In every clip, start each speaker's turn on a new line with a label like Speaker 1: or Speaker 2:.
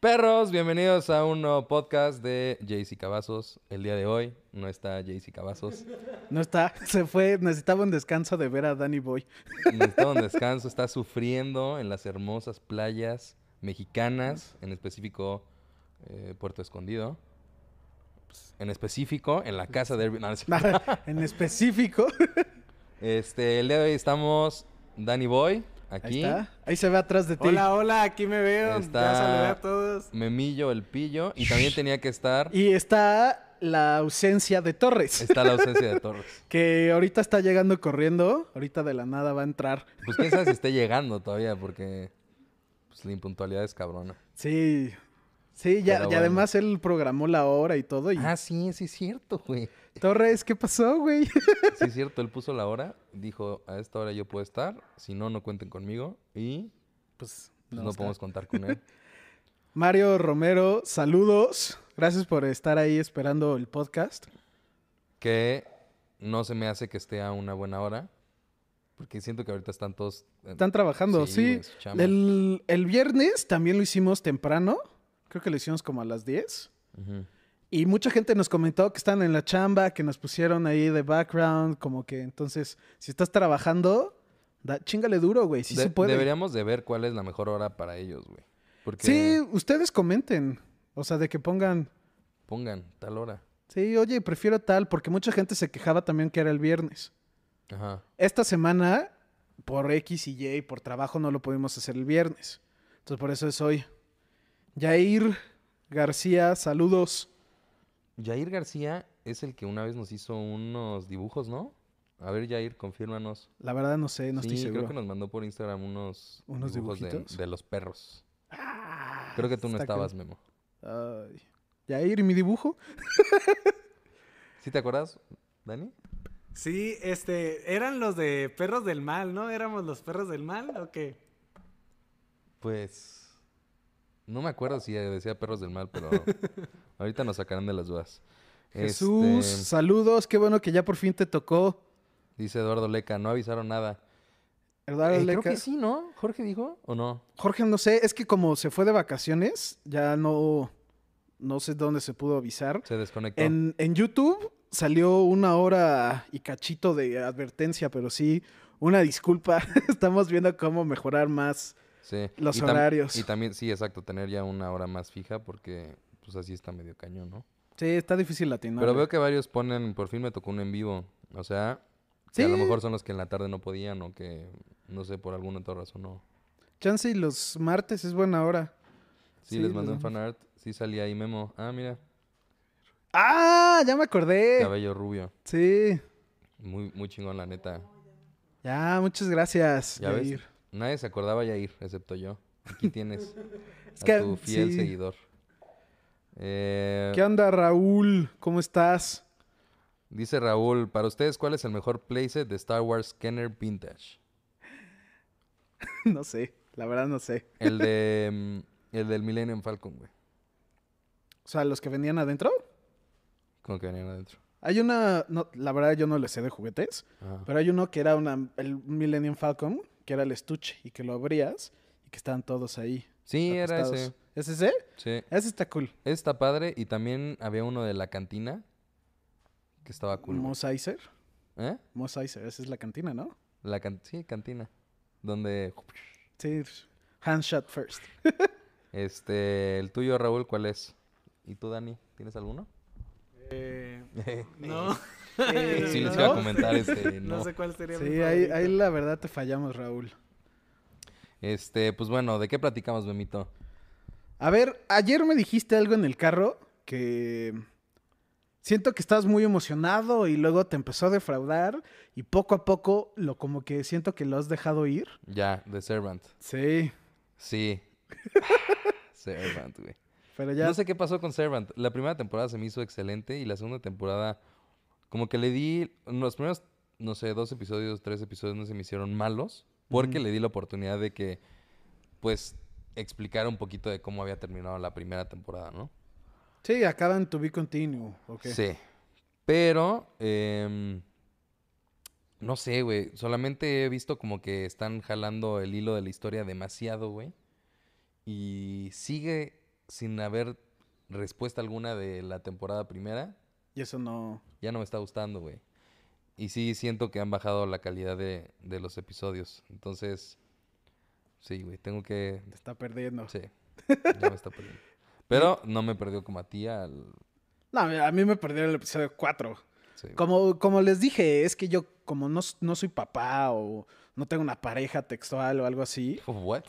Speaker 1: Perros, bienvenidos a un nuevo podcast de JC Cavazos. El día de hoy no está JC Cavazos.
Speaker 2: No está, se fue, necesitaba un descanso de ver a Danny Boy.
Speaker 1: Necesita un descanso, está sufriendo en las hermosas playas mexicanas, en específico eh, Puerto Escondido. Pues, En específico, en la casa de Airbnb. No, no es cierto.
Speaker 2: Nada, en específico.
Speaker 1: Este, el día de hoy estamos Danny Boy,
Speaker 2: Ahí
Speaker 1: aquí.
Speaker 2: está. Ahí se ve atrás de ti.
Speaker 3: Hola, hola, aquí me veo.
Speaker 1: Está-
Speaker 3: Ya saludé a todos.
Speaker 1: Memillo, el pillo. Y también tenía que estar.
Speaker 2: Y está la ausencia de Torres,
Speaker 1: Está la ausencia de Torres.
Speaker 2: que ahorita está llegando corriendo. Ahorita de la nada va a entrar.
Speaker 1: Pues quién sabe si esté llegando todavía, porque pues, la impuntualidad es cabrona.
Speaker 2: Sí. Sí, ya,
Speaker 1: Pero
Speaker 2: y
Speaker 1: bueno.
Speaker 2: además él programó la hora y todo. Y
Speaker 1: Ah, sí, sí es cierto, güey.
Speaker 2: Torres, ¿qué pasó, güey?
Speaker 1: Sí es cierto, él puso la hora, dijo, a esta hora yo puedo estar, si no, no cuenten conmigo y
Speaker 2: Pues
Speaker 1: pues, no,
Speaker 2: está.
Speaker 1: podemos contar con él.
Speaker 2: Mario Romero, saludos. Gracias por estar ahí esperando el podcast.
Speaker 1: que no se me hace que esté a una buena hora, porque siento que ahorita están todos... eh,
Speaker 2: Están trabajando,
Speaker 1: Sí,
Speaker 2: sí.
Speaker 1: güey, su chamba.
Speaker 2: El, el viernes también lo hicimos temprano. Creo que lo hicimos como a las 10.
Speaker 1: ujú.
Speaker 2: Y mucha gente nos comentó que están en la chamba, que nos pusieron ahí de background, como que entonces, si estás trabajando, da, chingale duro, güey, si
Speaker 1: De-
Speaker 2: se puede.
Speaker 1: Deberíamos de ver cuál es la mejor hora para ellos, güey. Porque
Speaker 2: Sí, ustedes comenten. O sea, de que pongan,
Speaker 1: pongan tal hora.
Speaker 2: sí, oye, prefiero tal, porque mucha gente se quejaba también que era el viernes.
Speaker 1: Ajá.
Speaker 2: Esta semana, por X y Y, por trabajo, no lo pudimos hacer el viernes. Entonces, por eso es hoy. Jair García, saludos.
Speaker 1: Jair García es el que una vez nos hizo unos dibujos, ¿no? A ver, Jair, confírmanos.
Speaker 2: La verdad, no sé, no
Speaker 1: sí,
Speaker 2: estoy seguro.
Speaker 1: creo que nos mandó por Instagram unos,
Speaker 2: ¿Unos
Speaker 1: dibujos de,
Speaker 2: dibujitos? Ah,
Speaker 1: de los perros. Creo que tú no
Speaker 2: está
Speaker 1: estabas,
Speaker 2: cabrón.
Speaker 1: Memo.
Speaker 2: Ay. Jair, ¿y mi dibujo?
Speaker 1: ¿Sí te acuerdas, Dani?
Speaker 3: Sí, este, eran los de perros del mal, ¿no? Éramos los perros del mal, ¿o qué?
Speaker 1: Pues no me acuerdo si decía perros del mal, pero ahorita nos sacarán de las dudas. Este,
Speaker 2: Jesús, saludos, qué bueno que ya por fin te tocó.
Speaker 1: dice Eduardo Leca, no avisaron nada.
Speaker 2: ¿Verdad,
Speaker 1: Eh, Creo
Speaker 2: Leca?
Speaker 1: que sí, ¿no? ¿Jorge dijo o no?
Speaker 2: Jorge, no sé, es que como se fue de vacaciones, ya no, no sé dónde se pudo avisar.
Speaker 1: Se desconectó.
Speaker 2: En, en YouTube salió una hora y cachito de advertencia, pero sí, una disculpa. Estamos viendo cómo mejorar más.
Speaker 1: Sí.
Speaker 2: los
Speaker 1: tam-
Speaker 2: horarios.
Speaker 1: Y también, sí, exacto, tener ya una hora más fija porque pues así está medio cañón, ¿no?
Speaker 2: Sí, está difícil atinar. eh.
Speaker 1: Pero veo que varios ponen, por fin me tocó un en vivo. O sea, que a lo
Speaker 2: Sí.
Speaker 1: mejor son los que en la tarde no podían o que, no sé, por alguna otra razón no.
Speaker 2: Chance y los martes es buena hora.
Speaker 1: Sí,
Speaker 2: Sí,
Speaker 1: les
Speaker 2: los
Speaker 1: mandé un
Speaker 2: vamos.
Speaker 1: fanart. Sí salía ahí Memo. Ah, mira,
Speaker 2: ¡Ah! Ya me acordé.
Speaker 1: cabello rubio.
Speaker 2: Sí.
Speaker 1: Muy, muy chingón, la neta.
Speaker 2: Ya, muchas gracias,
Speaker 1: ¿Ya ves?
Speaker 2: Yair.
Speaker 1: Nadie se acordaba ya ir, excepto yo. Aquí tienes
Speaker 2: Es que,
Speaker 1: a tu fiel
Speaker 2: sí.
Speaker 1: seguidor. Eh,
Speaker 2: ¿Qué onda, Raúl? ¿Cómo estás?
Speaker 1: dice Raúl, para ustedes, ¿cuál es el mejor playset de Star Wars Kenner Vintage?
Speaker 2: no sé, la verdad no sé.
Speaker 1: El de mm, el del Millennium Falcon, güey.
Speaker 2: O sea, los que vendían adentro.
Speaker 1: Como que venían adentro.
Speaker 2: Hay una, no, la verdad yo no le sé de juguetes,
Speaker 1: Ajá.
Speaker 2: pero hay uno que era una, el Millennium Falcon, que era el estuche y que lo abrías y que estaban todos ahí.
Speaker 1: Sí, era
Speaker 2: acostados.
Speaker 1: ese.
Speaker 2: ¿Es ese?
Speaker 1: Sí.
Speaker 2: Ese está cool.
Speaker 1: Está padre. Y también había uno de la cantina. Que estaba cool. güey.
Speaker 2: Mos Eiser.
Speaker 1: ¿Eh?
Speaker 2: Mos Eiser, esa es la cantina, ¿no?
Speaker 1: La can- sí, cantina. Donde.
Speaker 2: Sí. Hand shot first.
Speaker 1: Este. El tuyo, Raúl, ¿cuál es? ¿Y tú, Dani? ¿Tienes alguno?
Speaker 3: Eh, no.
Speaker 1: sí, les
Speaker 3: no,
Speaker 1: iba a
Speaker 3: no.
Speaker 1: comentar este.
Speaker 3: No
Speaker 1: No.
Speaker 3: sé cuál sería mi
Speaker 2: Eh, Sí, ahí,
Speaker 3: favorito.
Speaker 2: ahí la verdad te fallamos, Raúl.
Speaker 1: Este, pues bueno, ¿de qué platicamos, Memito?
Speaker 2: A ver, ayer me dijiste algo en el carro que siento que estabas muy emocionado y luego te empezó a defraudar y poco a poco lo como que siento que lo has dejado ir.
Speaker 1: Ya, The Servant.
Speaker 2: Sí,
Speaker 1: Sí. Servant, güey.
Speaker 2: pero ya
Speaker 1: No sé qué pasó con Servant. La primera temporada se me hizo excelente y la segunda temporada, como que le di. Los primeros, no sé, dos episodios, tres episodios no se me hicieron malos porque le di la oportunidad de que, pues, explicara un poquito de cómo había terminado la primera temporada, ¿no?
Speaker 2: sí acaban to be continue. ok.
Speaker 1: Sí. Pero, em, no sé, güey. Solamente he visto como que están jalando el hilo de la historia demasiado, güey. Y sigue sin haber respuesta alguna de la temporada primera,
Speaker 2: Y eso no.
Speaker 1: ya no me está gustando, güey. Y sí siento que han bajado la calidad de, de los episodios. Entonces, sí, güey, tengo que...
Speaker 2: Te está perdiendo.
Speaker 1: Sí, ya me está perdiendo. Pero no me perdió como a ti al...
Speaker 2: No, a mí me perdió el episodio 4.
Speaker 1: sí, güey.
Speaker 2: Como, como les dije, es que yo, como no, s- no soy papá o no tengo una pareja textual o algo así,
Speaker 1: ¿What?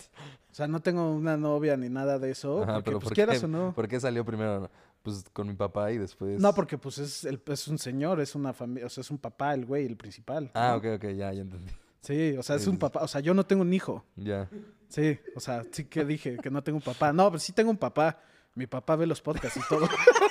Speaker 2: o sea, no tengo una novia ni nada de eso,
Speaker 1: Ajá,
Speaker 2: porque,
Speaker 1: pero
Speaker 2: pues,
Speaker 1: ¿por
Speaker 2: quieras
Speaker 1: qué-
Speaker 2: o no.
Speaker 1: ¿Por qué salió primero? Pues con mi papá y después...
Speaker 2: No, porque pues es, el, es un señor, es una familia, o sea, es un papá el güey, el principal.
Speaker 1: Ah, ok, ok, ya, ya entendí.
Speaker 2: Sí, o sea, es
Speaker 1: Sí,
Speaker 2: un
Speaker 1: sí, sí.
Speaker 2: papá, o sea, yo no tengo un hijo.
Speaker 1: Ya.
Speaker 2: Sí, o sea, sí que dije que no tengo un papá. No, pero sí tengo un papá. Mi papá ve los podcasts y todo.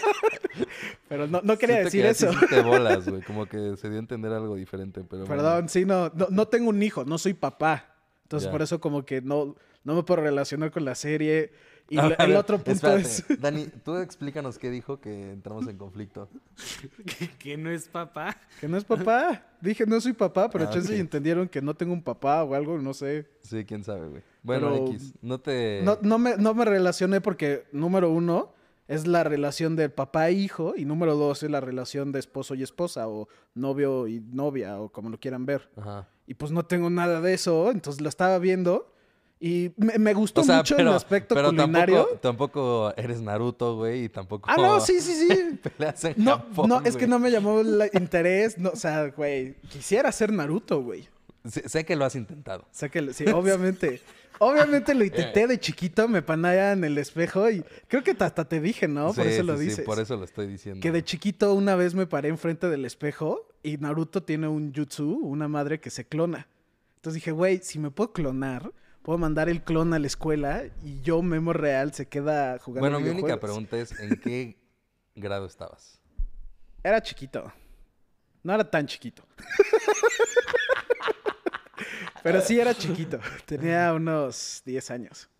Speaker 2: pero no, no quería
Speaker 1: Siento
Speaker 2: decir
Speaker 1: que ya sí
Speaker 2: eso.
Speaker 1: hiciste bolas, güey. Como que se dio a entender algo diferente, pero... bueno.
Speaker 2: Perdón, sí, no, no, no tengo un hijo, no soy papá. Entonces,
Speaker 1: Ya.
Speaker 2: por eso como que no, no me puedo relacionar con la serie. Y
Speaker 1: Ah, A
Speaker 2: lo-
Speaker 1: ver,
Speaker 2: el otro punto
Speaker 1: espérate.
Speaker 2: es...
Speaker 1: Dani, tú explícanos qué dijo que entramos en conflicto.
Speaker 3: Que, que no es papá.
Speaker 2: Que no es papá. Dije, no soy papá, pero
Speaker 1: Ah,
Speaker 2: chances
Speaker 1: ok.
Speaker 2: entendieron que no tengo un papá o algo, no sé.
Speaker 1: Sí, quién sabe, güey. Bueno,
Speaker 2: Pero-
Speaker 1: X, no te...
Speaker 2: No, no me, no me relacioné porque, número uno, es la relación de papá e hijo. Y número dos, es la relación de esposo y esposa, o novio y novia, o como lo quieran ver.
Speaker 1: Ajá.
Speaker 2: Y pues no tengo nada de eso, entonces lo estaba viendo. Y me, me gustó
Speaker 1: O sea,
Speaker 2: mucho
Speaker 1: pero,
Speaker 2: el aspecto
Speaker 1: pero
Speaker 2: culinario.
Speaker 1: tampoco, tampoco eres Naruto, güey, y tampoco...
Speaker 2: Ah, no, sí, sí, sí.
Speaker 1: Peleas en
Speaker 2: No,
Speaker 1: Japón,
Speaker 2: no, es que
Speaker 1: güey.
Speaker 2: no me llamó el interés. No, o sea, güey, quisiera ser Naruto, güey.
Speaker 1: Sé, sé que lo has intentado.
Speaker 2: O sea que, sí, obviamente. obviamente lo intenté de chiquito, me panaya en el espejo y creo que hasta te dije, ¿no? por
Speaker 1: Sí,
Speaker 2: eso lo
Speaker 1: sí, sí,
Speaker 2: dices.
Speaker 1: por eso lo estoy diciendo.
Speaker 2: Que de chiquito una vez me paré enfrente del espejo y Naruto tiene un jutsu, una madre que se clona. Entonces dije, güey, si me puedo clonar, puedo mandar el clon a la escuela y yo, Memo Real, se queda jugando
Speaker 1: Bueno, mi única
Speaker 2: videojuegos".
Speaker 1: pregunta es, ¿en qué grado estabas?
Speaker 2: Era chiquito. No era tan chiquito. Pero sí era chiquito. Tenía unos 10 años.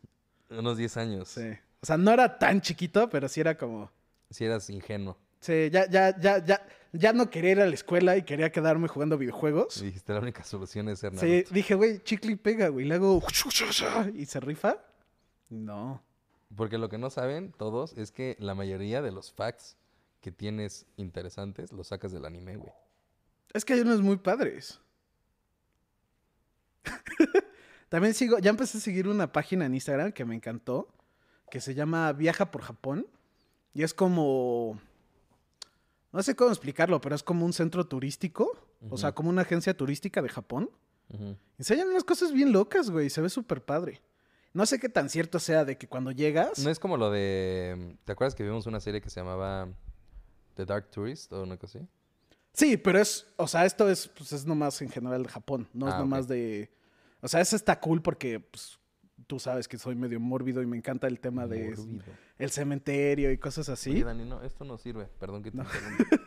Speaker 1: Unos 10 años.
Speaker 2: Sí. O sea, no era tan chiquito, pero sí era como.
Speaker 1: Si eras ingenuo.
Speaker 2: Sí, ya, ya, ya, ya, ya no quería ir a la escuela y quería quedarme jugando videojuegos.
Speaker 1: Y dijiste, la única solución es ser
Speaker 2: Sí,
Speaker 1: Naruto.
Speaker 2: dije, güey, chicle y pega, güey. Le hago. Y se rifa. No.
Speaker 1: Porque lo que no saben todos es que la mayoría de los facts que tienes interesantes los sacas del anime, güey.
Speaker 2: Es que hay unos muy padres. También sigo, ya empecé a seguir una página en Instagram que me encantó, que se llama Viaja por Japón. Y es como, no sé cómo explicarlo, pero es como un centro turístico, o sea,
Speaker 1: Ujú.
Speaker 2: como una agencia turística de Japón.
Speaker 1: Ujú.
Speaker 2: Enseñan unas cosas bien locas, güey, se ve súper padre. No sé qué tan cierto sea de que cuando llegas...
Speaker 1: No es como lo de... ¿Te acuerdas que vimos una serie que se llamaba The Dark Tourist o una cosa así?
Speaker 2: Sí, pero es, o sea, esto es, pues es nomás en general de Japón, no es
Speaker 1: Ah, ok.
Speaker 2: nomás de, o sea, eso está cool porque, pues, tú sabes que soy medio mórbido y me encanta el tema de
Speaker 1: Mórbido.
Speaker 2: el cementerio y cosas así.
Speaker 1: Oye, Dani, no, esto no sirve. Perdón que te
Speaker 2: No.
Speaker 1: interrumpa.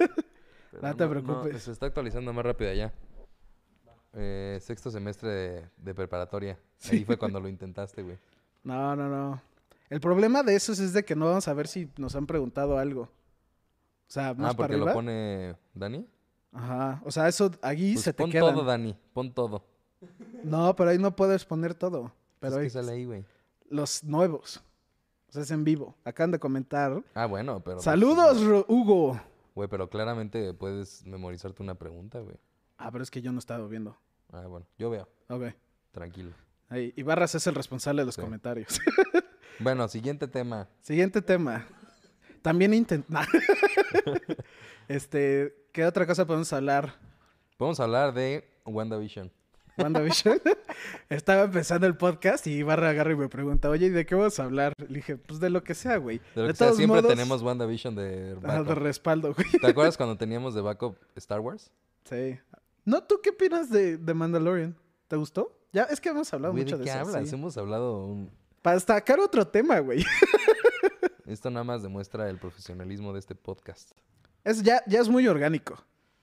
Speaker 1: Pero
Speaker 2: No te preocupes.
Speaker 1: se está actualizando más rápido allá. Eh, sexto semestre de, de preparatoria. Ahí fue cuando lo intentaste, güey.
Speaker 2: No, no, no. El problema de eso es de que no vamos a ver si nos han preguntado algo. O sea,
Speaker 1: Ah,
Speaker 2: más para
Speaker 1: porque lo
Speaker 2: arriba.
Speaker 1: pone Dani.
Speaker 2: Ajá. O sea, eso ahí
Speaker 1: Pues
Speaker 2: se te
Speaker 1: pon
Speaker 2: queda.
Speaker 1: todo, Dani. Pon todo.
Speaker 2: No, pero ahí no puedes poner todo. Pero
Speaker 1: Pero
Speaker 2: ahí-
Speaker 1: es que sale ahí, güey.
Speaker 2: los nuevos. O sea, es en vivo. Acaban de comentar.
Speaker 1: Ah, bueno, pero.
Speaker 2: Saludos, Ru- Hugo.
Speaker 1: Güey, pero claramente puedes memorizarte una pregunta, güey.
Speaker 2: Ah, pero es que yo no estaba viendo.
Speaker 1: Ah, bueno, yo veo.
Speaker 2: Ok.
Speaker 1: Tranquilo.
Speaker 2: Ahí, Ibarras es el responsable de los
Speaker 1: Sí.
Speaker 2: comentarios.
Speaker 1: Bueno, siguiente tema.
Speaker 2: Siguiente tema. También intentar. este, ¿qué otra cosa podemos hablar?
Speaker 1: Podemos hablar de WandaVision.
Speaker 2: WandaVision. Estaba empezando el podcast y Ibarra agarra y me pregunta, oye, ¿y de qué vamos a hablar? Le dije, pues de lo que sea, güey.
Speaker 1: De lo que sea, siempre
Speaker 2: modos,
Speaker 1: tenemos WandaVision de.
Speaker 2: ajá, de
Speaker 1: backup.
Speaker 2: respaldo, güey.
Speaker 1: ¿Te acuerdas cuando teníamos de backup Star Wars?
Speaker 2: Sí. No, ¿tú qué opinas de, de Mandalorian? ¿Te gustó? Ya, es que hemos hablado
Speaker 1: Güey,
Speaker 2: mucho de,
Speaker 1: qué
Speaker 2: eso.
Speaker 1: hablas?
Speaker 2: sí.
Speaker 1: Hemos hablado. un-
Speaker 2: Para destacar otro tema, güey.
Speaker 1: Esto nada más demuestra el profesionalismo de este podcast.
Speaker 2: Es, ya, ya es muy orgánico.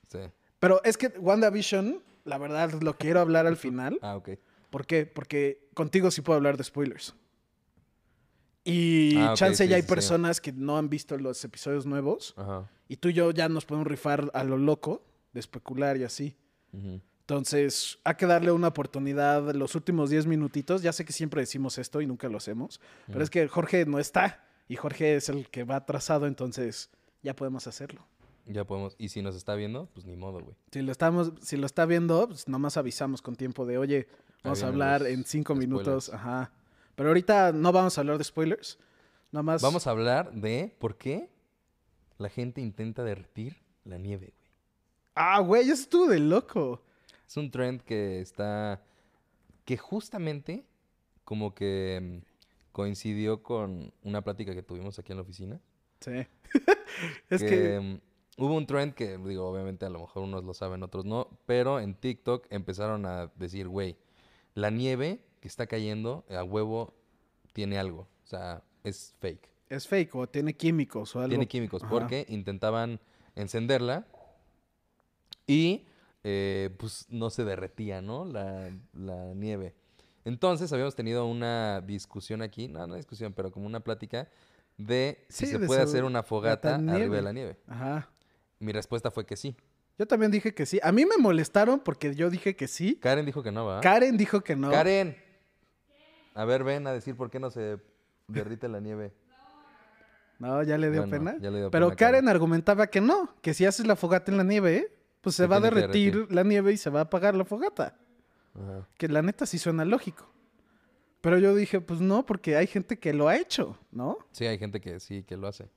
Speaker 1: Sí.
Speaker 2: Pero es que WandaVision, la verdad, lo quiero hablar al final.
Speaker 1: Ah, ok.
Speaker 2: ¿Por qué? Porque contigo sí puedo hablar de spoilers. Y
Speaker 1: Ah, ok,
Speaker 2: chance
Speaker 1: sí,
Speaker 2: ya hay
Speaker 1: sí, sí.
Speaker 2: personas que no han visto los episodios nuevos.
Speaker 1: Ajá.
Speaker 2: Y tú y yo ya nos podemos rifar a lo loco, de especular y así.
Speaker 1: Ujú.
Speaker 2: Entonces, hay que darle una oportunidad los últimos 10 minutitos. Ya sé que siempre decimos esto y nunca lo hacemos. Pero
Speaker 1: Ujú.
Speaker 2: es que Jorge no está. Y Jorge es el que va atrasado, entonces ya podemos hacerlo.
Speaker 1: Ya podemos. Y si nos está viendo, pues ni modo, güey.
Speaker 2: Si lo, estamos, si lo está viendo, pues nomás avisamos con tiempo de, oye, vamos a
Speaker 1: vienen
Speaker 2: hablar
Speaker 1: los
Speaker 2: en cinco minutos.
Speaker 1: spoilers.
Speaker 2: Ajá. Pero ahorita no vamos a hablar de spoilers. Nomás.
Speaker 1: Vamos a hablar de por qué la gente intenta derretir la nieve, güey.
Speaker 2: Ah, güey, eso estuvo de loco.
Speaker 1: Es un trend que está. que justamente como que mm, coincidió con una plática que tuvimos aquí en la oficina.
Speaker 2: Sí. es que.
Speaker 1: mm, hubo un trend que, digo, obviamente a lo mejor unos lo saben, otros no, pero en TikTok empezaron a decir, güey, la nieve que está cayendo a huevo tiene algo. O sea, es fake.
Speaker 2: Es fake o tiene químicos o algo.
Speaker 1: Tiene químicos,
Speaker 2: Ajá.
Speaker 1: porque intentaban encenderla y eh, pues no se derretía, ¿no? La, la nieve. Entonces habíamos tenido una discusión aquí, no, no discusión, pero como una plática de si
Speaker 2: Sí,
Speaker 1: se
Speaker 2: de
Speaker 1: puede
Speaker 2: sobre-
Speaker 1: hacer una fogata
Speaker 2: nieve.
Speaker 1: arriba de la nieve.
Speaker 2: Ajá.
Speaker 1: Mi respuesta fue que sí.
Speaker 2: Yo también dije que sí. A mí me molestaron porque yo dije que sí.
Speaker 1: Karen dijo que no, ¿va?
Speaker 2: Karen dijo que no.
Speaker 1: Ah. Karen. A ver, ven a decir por qué no se derrite la nieve.
Speaker 2: No, ya le dio
Speaker 1: Bueno,
Speaker 2: pena.
Speaker 1: ya le dio
Speaker 2: Pero
Speaker 1: pena,
Speaker 2: Karen
Speaker 1: Karen.
Speaker 2: argumentaba que no, que si haces la fogata en la nieve, pues se
Speaker 1: Se
Speaker 2: va a
Speaker 1: tiene que
Speaker 2: derretir,
Speaker 1: derretir.
Speaker 2: la nieve y se va a apagar la fogata.
Speaker 1: Ajá.
Speaker 2: Que la neta sí suena lógico. Pero yo dije, pues no, porque hay gente que lo ha hecho, ¿no?
Speaker 1: Sí, hay gente que sí, que lo hace.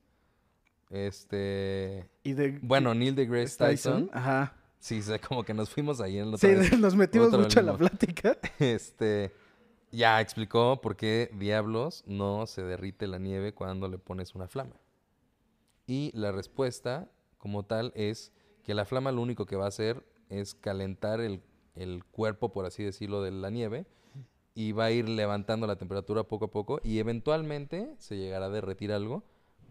Speaker 1: Este...
Speaker 2: Y de
Speaker 1: Bueno, Neil deGrasse Tyson.
Speaker 2: Ajá.
Speaker 1: Sí, o sea, como que nos fuimos ahí en la
Speaker 2: Sí,
Speaker 1: otra vez.
Speaker 2: nos metimos
Speaker 1: otra vez
Speaker 2: mucho a la
Speaker 1: mismo.
Speaker 2: plática.
Speaker 1: Este, ya explicó por qué diablos no se derrite la nieve cuando le pones una flama. Y la respuesta, como tal, es que la flama lo único que va a hacer es calentar el, el cuerpo, por así decirlo, de la nieve y va a ir levantando la temperatura poco a poco y eventualmente se llegará a derretir algo,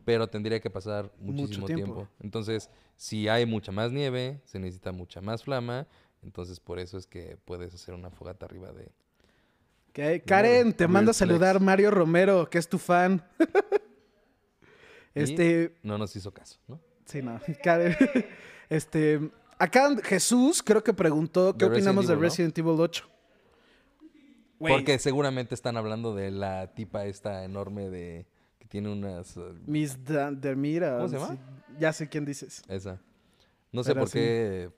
Speaker 1: pero tendría que pasar
Speaker 2: Mucho
Speaker 1: muchísimo
Speaker 2: tiempo.
Speaker 1: tiempo. Entonces, si hay mucha más nieve, se necesita mucha más flama, entonces por eso es que puedes hacer una fogata arriba de...
Speaker 2: Que- eh, Karen, te
Speaker 1: Weird
Speaker 2: manda a
Speaker 1: flex.
Speaker 2: saludar Mario Romero, que es tu fan.
Speaker 1: Y
Speaker 2: este,
Speaker 1: No nos hizo caso, ¿no?
Speaker 2: sí, no, Karen. Este, acá Jesús creo que preguntó qué
Speaker 1: De Resident
Speaker 2: opinamos de
Speaker 1: Evil, ¿no?
Speaker 2: Resident Evil 8. Güey,
Speaker 1: Porque seguramente están hablando de la tipa esta enorme de... que tiene unas... eh,
Speaker 2: Miss Dan- Dermira.
Speaker 1: ¿Cómo se llama?
Speaker 2: sí, ya sé quién dices.
Speaker 1: Esa. No sé
Speaker 2: Pero
Speaker 1: por
Speaker 2: sí.
Speaker 1: qué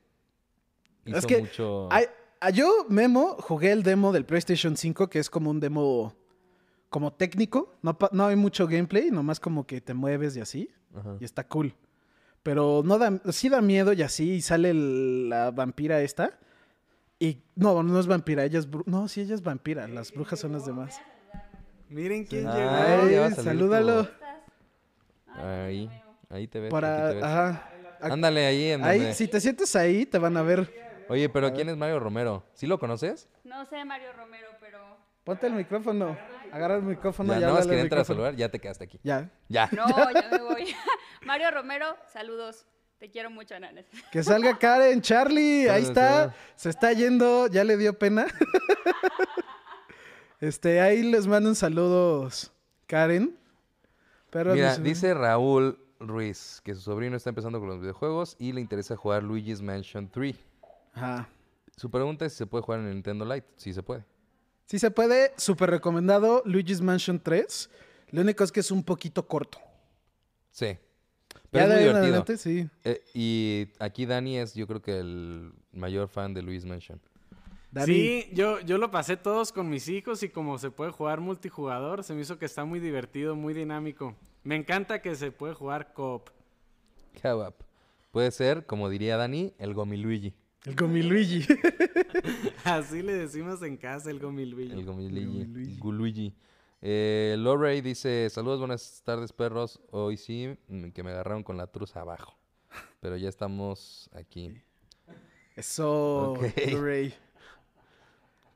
Speaker 1: hizo
Speaker 2: Es que
Speaker 1: mucho...
Speaker 2: Ay, ah, yo, Memo, jugué el demo del PlayStation 5, que es como un demo como técnico. No, pa- no hay mucho gameplay, nomás como que te mueves y así.
Speaker 1: Ajá.
Speaker 2: Y está cool. Pero no da, sí da miedo y así y sale el- la vampira esta. Y no, no es vampira, ella es bru- No, sí, ella es vampira. Las brujas son las demás.
Speaker 3: Miren quién
Speaker 1: Ah,
Speaker 3: llegó.
Speaker 1: ya va a
Speaker 2: Ay,
Speaker 1: salir
Speaker 2: salúdalo.
Speaker 1: tu- Ahí, ahí te ves. aquí te ves.
Speaker 2: Para. Ajá. ac-
Speaker 1: Ándale ahí en
Speaker 2: Ahí,
Speaker 1: donde-
Speaker 2: si te sientes ahí, te van a ver.
Speaker 1: Oye, pero ¿quién es Mario Romero? ¿Sí lo conoces?
Speaker 4: No sé Mario Romero, pero.
Speaker 2: Ponte el micrófono. Agarra el micrófono
Speaker 1: ya,
Speaker 2: y
Speaker 1: nada más
Speaker 2: háblale al
Speaker 1: quería entrar a
Speaker 2: micrófono.
Speaker 1: saludar, ya te quedaste aquí.
Speaker 2: Ya.
Speaker 1: Ya.
Speaker 4: No, ya me voy. Mario Romero, saludos. Te quiero mucho, Ananes.
Speaker 2: Que salga Karen, Charlie, ahí
Speaker 1: Karen,
Speaker 2: está.
Speaker 1: saluda.
Speaker 2: Se está yendo, ya le dio pena. Este, ahí les mando un saludos, Karen. Pero
Speaker 1: Mira,
Speaker 2: nos-
Speaker 1: dice Raúl Ruiz que su sobrino está empezando con los videojuegos y le interesa jugar Luigi's Mansion 3.
Speaker 2: Ajá.
Speaker 1: Su pregunta es si se puede jugar en el Nintendo Lite. Sí se puede.
Speaker 2: Sí se puede, súper recomendado Luigi's Mansion 3. Lo único es que es un poquito corto.
Speaker 1: Sí.
Speaker 2: Ya
Speaker 1: Pero
Speaker 2: de
Speaker 1: es
Speaker 2: ahí
Speaker 1: muy
Speaker 2: en
Speaker 1: divertido.
Speaker 2: adelante, sí.
Speaker 1: Eh, y aquí Dani es, yo creo que el mayor fan de Luigi's Mansion.
Speaker 2: Dani,
Speaker 3: Sí, yo, yo lo pasé todos con mis hijos y como se puede jugar multijugador, se me hizo que está muy divertido, muy dinámico. Me encanta que se puede jugar coop.
Speaker 1: Qué guapo. Puede ser, como diría Dani, el Gomiluigi.
Speaker 2: el Gomiluigi.
Speaker 3: Así le decimos en casa el Gomilvillo.
Speaker 1: El
Speaker 2: Gomiluigi.
Speaker 1: Gomiluigi. Guluigi. Eh, Lorray dice, saludos, buenas tardes perros. Hoy sí, mm, que me agarraron con la truza abajo. Pero ya estamos aquí.
Speaker 2: Eso,
Speaker 1: Ok.
Speaker 2: Blu-ray.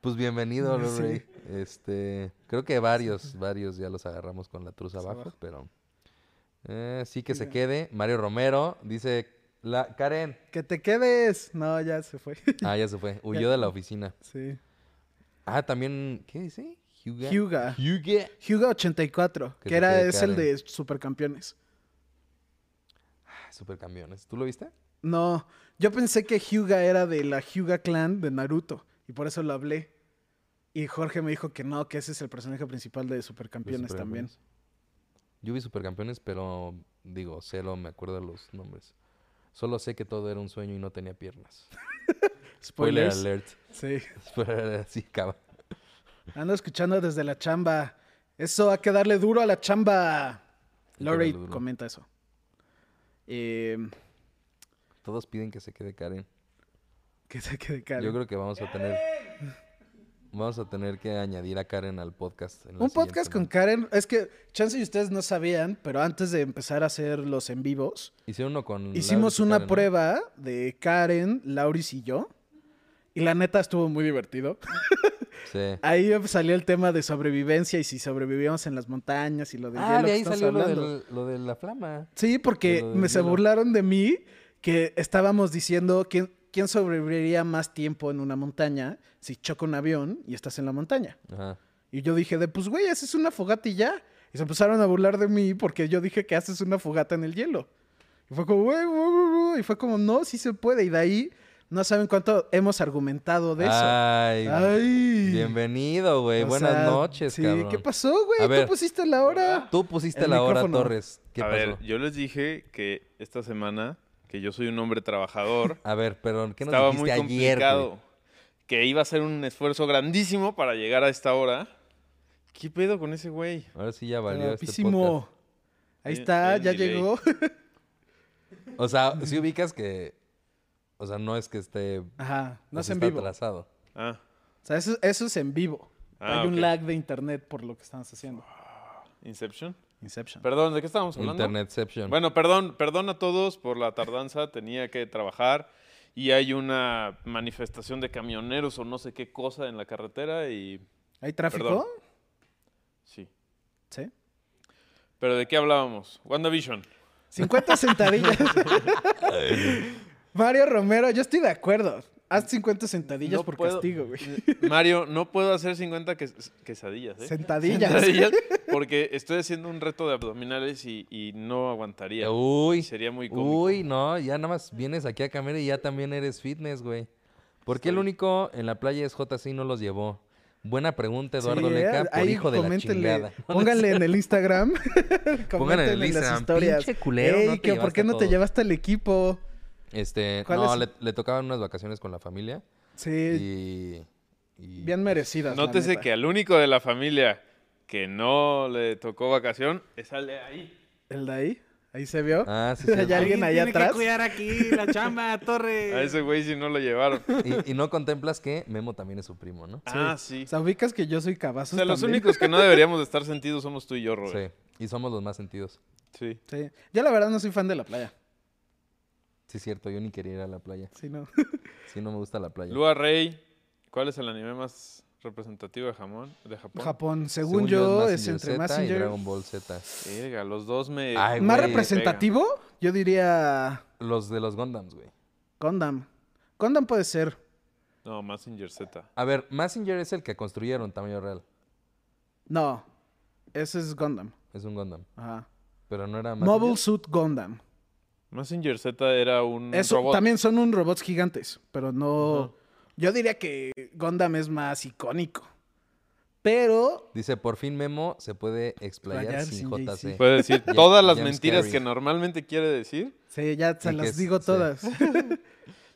Speaker 1: Pues bienvenido,
Speaker 2: Sí.
Speaker 1: Lorray. Este, creo que varios, varios ya los agarramos con la truza Pues abajo,
Speaker 2: abajo.
Speaker 1: pero... eh, sí que se quede. Mario Romero dice, la Karen.
Speaker 2: Que te quedes. No, ya se fue.
Speaker 1: Ah, ya se fue. Huyó de la oficina.
Speaker 2: sí.
Speaker 1: Ah, también, ¿qué dice? Hyuga.
Speaker 2: Hyuga.
Speaker 1: Hyuga.
Speaker 2: Hyuga 84, que,
Speaker 1: Que se
Speaker 2: era,
Speaker 1: quede
Speaker 2: es el
Speaker 1: Karen.
Speaker 2: de Supercampeones.
Speaker 1: Ah, Supercampeones. ¿Tú lo viste?
Speaker 2: No, yo pensé que Hyuga era de la Hyuga Clan de Naruto y por eso lo hablé. Y Jorge me dijo que no, que ese es el personaje principal de
Speaker 1: Los
Speaker 2: Supercampeones también.
Speaker 1: Supercampeones. Yo vi Supercampeones, pero digo, cero me acuerdo los nombres. Solo sé que todo era un sueño y no tenía piernas. Spoiler
Speaker 2: Spoilers.
Speaker 1: alert.
Speaker 2: Sí.
Speaker 1: Spoiler alert, sí, cabrón.
Speaker 2: Ando escuchando desde la chamba. Eso ha que darle duro a la chamba.
Speaker 1: que
Speaker 2: Lorey
Speaker 1: darle duro.
Speaker 2: comenta eso. Eh,
Speaker 1: Todos piden que se quede Karen.
Speaker 2: que se quede Karen.
Speaker 1: Yo creo que vamos a tener. Vamos a tener que añadir a Karen al podcast. en la
Speaker 2: Un
Speaker 1: siguiente
Speaker 2: podcast con
Speaker 1: semana.
Speaker 2: Karen. Es que, chance y ustedes no sabían, pero antes de empezar a hacer los en vivos,
Speaker 1: Hicieron uno con.
Speaker 2: hicimos
Speaker 1: Lawrence y
Speaker 2: una
Speaker 1: Karen, ¿no?
Speaker 2: prueba de Karen, Lauris y yo. Y la neta estuvo muy divertido.
Speaker 1: Sí.
Speaker 2: Ahí salió el tema de sobrevivencia y si sobrevivíamos en las montañas y lo del
Speaker 1: Ah,
Speaker 2: hielo
Speaker 1: de
Speaker 2: que
Speaker 1: ahí
Speaker 2: estamos
Speaker 1: salió lo,
Speaker 2: hablando.
Speaker 1: del- lo de la flama.
Speaker 2: Sí, porque
Speaker 1: de lo del
Speaker 2: me se
Speaker 1: hielo.
Speaker 2: burlaron de mí que estábamos diciendo quién, quién sobreviviría más tiempo en una montaña si choca un avión y estás en la montaña.
Speaker 1: Ajá.
Speaker 2: Y yo dije, de pues güey, haces una fogata y ya. Y se empezaron a burlar de mí porque yo dije que haces una fogata en el hielo. Y fue como, güey, güey, güey, güey". y fue como, no, sí se puede. Y de ahí, no saben cuánto hemos argumentado de eso.
Speaker 1: Ay,
Speaker 2: Ay.
Speaker 1: Bienvenido, güey.
Speaker 2: O
Speaker 1: Buenas
Speaker 2: sea,
Speaker 1: noches,
Speaker 2: sí,
Speaker 1: cabrón.
Speaker 2: ¿Qué pasó,
Speaker 1: A
Speaker 2: güey?
Speaker 1: ver.
Speaker 2: Tú pusiste la
Speaker 5: Ah,
Speaker 2: hora.
Speaker 1: Tú pusiste
Speaker 2: El
Speaker 1: la hora,
Speaker 2: micrófono.
Speaker 1: Torres. ¿Qué
Speaker 5: a
Speaker 1: pasó?
Speaker 5: ver, yo les dije que esta semana, que yo soy un hombre trabajador,
Speaker 1: A ver, perdón, ¿qué nos
Speaker 5: estaba muy
Speaker 1: dijiste ayer? güey?
Speaker 5: complicado. que iba a ser un esfuerzo grandísimo para llegar a esta hora. ¿Qué pedo con ese güey?
Speaker 1: Ahora sí ya valió este
Speaker 2: Guapísimo.
Speaker 1: podcast.
Speaker 2: Ahí
Speaker 5: Bien,
Speaker 2: está,
Speaker 5: bien
Speaker 2: ya
Speaker 5: delay.
Speaker 2: llegó.
Speaker 1: O sea, si ubicas que. O sea, no es que esté.
Speaker 2: Ajá, no
Speaker 1: pues,
Speaker 2: es en
Speaker 1: está
Speaker 2: vivo.
Speaker 1: atrasado.
Speaker 5: Ah,
Speaker 2: O sea, eso, eso es en vivo.
Speaker 5: Ah,
Speaker 2: Hay un
Speaker 5: ok.
Speaker 2: lag de internet por lo que estamos haciendo.
Speaker 5: Inception.
Speaker 2: Inception.
Speaker 5: Perdón, ¿de qué estábamos hablando?
Speaker 1: Internetception.
Speaker 5: Bueno, perdón, perdón a todos por la tardanza, tenía que trabajar y hay una manifestación de camioneros o no sé qué cosa en la carretera y
Speaker 2: ¿Hay tráfico?
Speaker 5: Perdón. sí.
Speaker 2: Sí.
Speaker 5: ¿Pero de qué hablábamos? WandaVision.
Speaker 2: 50 sentadillas. Mario Romero, yo estoy de acuerdo. Haz 50 sentadillas
Speaker 5: No
Speaker 2: por
Speaker 5: puedo-
Speaker 2: castigo, güey.
Speaker 5: Mario, no puedo hacer 50 ques- quesadillas, ¿eh?
Speaker 2: Sentadillas.
Speaker 5: Sentadillas, porque estoy haciendo un reto de abdominales y, y no aguantaría.
Speaker 1: Uy.
Speaker 5: Sería muy cómico.
Speaker 1: Uy, no, ya nada más vienes aquí a cambiar y ya también eres fitness, güey. ¿Por qué el
Speaker 5: Estoy-
Speaker 1: único en la playa es JC y no los llevó? Buena pregunta,
Speaker 2: Sí, ¿eh?
Speaker 1: Eduardo Leca, por
Speaker 2: ahí
Speaker 1: hijo de la
Speaker 2: coméntenle,
Speaker 1: chingada.
Speaker 2: Pónganle en el Instagram. Pónganle en,
Speaker 1: el
Speaker 2: las
Speaker 1: Instagram,
Speaker 2: historias.
Speaker 1: "Pinche culero, no
Speaker 2: Ey,
Speaker 1: te
Speaker 2: que ¿por
Speaker 1: llevaste
Speaker 2: qué
Speaker 1: a
Speaker 2: no te
Speaker 1: todos".
Speaker 2: llevaste al equipo?
Speaker 1: Este,
Speaker 2: ¿Cuál
Speaker 1: no,
Speaker 2: es?
Speaker 1: le, le tocaban unas vacaciones con la familia
Speaker 2: Sí,
Speaker 1: y... y-
Speaker 2: bien merecidas. la
Speaker 5: Nótese
Speaker 2: neta.
Speaker 5: que al único de la familia que no le tocó vacación es al de ahí.
Speaker 2: ¿El de ahí? ¿Ahí se vio?
Speaker 1: Ah, sí,
Speaker 2: Ya
Speaker 1: cierto.
Speaker 2: le- ¿Alguien allá
Speaker 3: tiene
Speaker 2: atrás?
Speaker 3: que cuidar aquí la chamba, Torres.
Speaker 5: A ese güey sí no lo llevaron.
Speaker 1: Y, y no contemplas que Memo también es su primo, ¿no?
Speaker 5: Ah, sí.
Speaker 2: O sea, ubicas que yo soy
Speaker 5: O
Speaker 2: cabazo.
Speaker 5: sea, los únicos que no deberíamos de estar sentidos somos tú y yo, Robert.
Speaker 1: Sí. Y somos los más sentidos.
Speaker 5: Sí.
Speaker 2: Sí. Yo la verdad no soy fan de la playa.
Speaker 1: Sí, es cierto, yo ni quería ir a la playa.
Speaker 2: Sí, no.
Speaker 1: Sí, no me gusta la playa.
Speaker 5: Lua Rey, ¿cuál es el anime más representativo de, jamón, de Japón?
Speaker 2: Japón, según, yo, es,
Speaker 1: Mazinger
Speaker 2: entre
Speaker 1: Z y
Speaker 2: Messenger.
Speaker 1: Dragon Ball Z.
Speaker 5: Verga, los dos me...
Speaker 1: Ay,
Speaker 2: Más
Speaker 1: güey,
Speaker 2: representativo, yo diría
Speaker 1: Los de los Gundams, güey.
Speaker 2: Gundam. Gundam puede ser.
Speaker 5: No, Messenger Z.
Speaker 1: A ver, Massinger es el que construyeron tamaño real.
Speaker 2: No, ese es Gundam.
Speaker 1: Es un Gundam.
Speaker 2: Ajá.
Speaker 1: Pero no era Mazinger.
Speaker 2: Mobile Suit Gundam.
Speaker 5: Messenger Z era un
Speaker 2: Eso
Speaker 5: robot.
Speaker 2: también son un robots gigantes, pero no. Yo diría que Gundam es más icónico. Pero
Speaker 1: Dice, por fin Memo se puede explayar
Speaker 2: Explayar
Speaker 1: sin
Speaker 2: sin
Speaker 1: JC.
Speaker 2: JC.
Speaker 5: Puede decir
Speaker 1: Jam-
Speaker 5: todas las
Speaker 1: James
Speaker 5: mentiras
Speaker 1: Carrey.
Speaker 5: que normalmente quiere decir.
Speaker 2: sí, ya se
Speaker 1: Y que
Speaker 2: las
Speaker 1: es-
Speaker 2: digo
Speaker 1: sí.
Speaker 2: todas.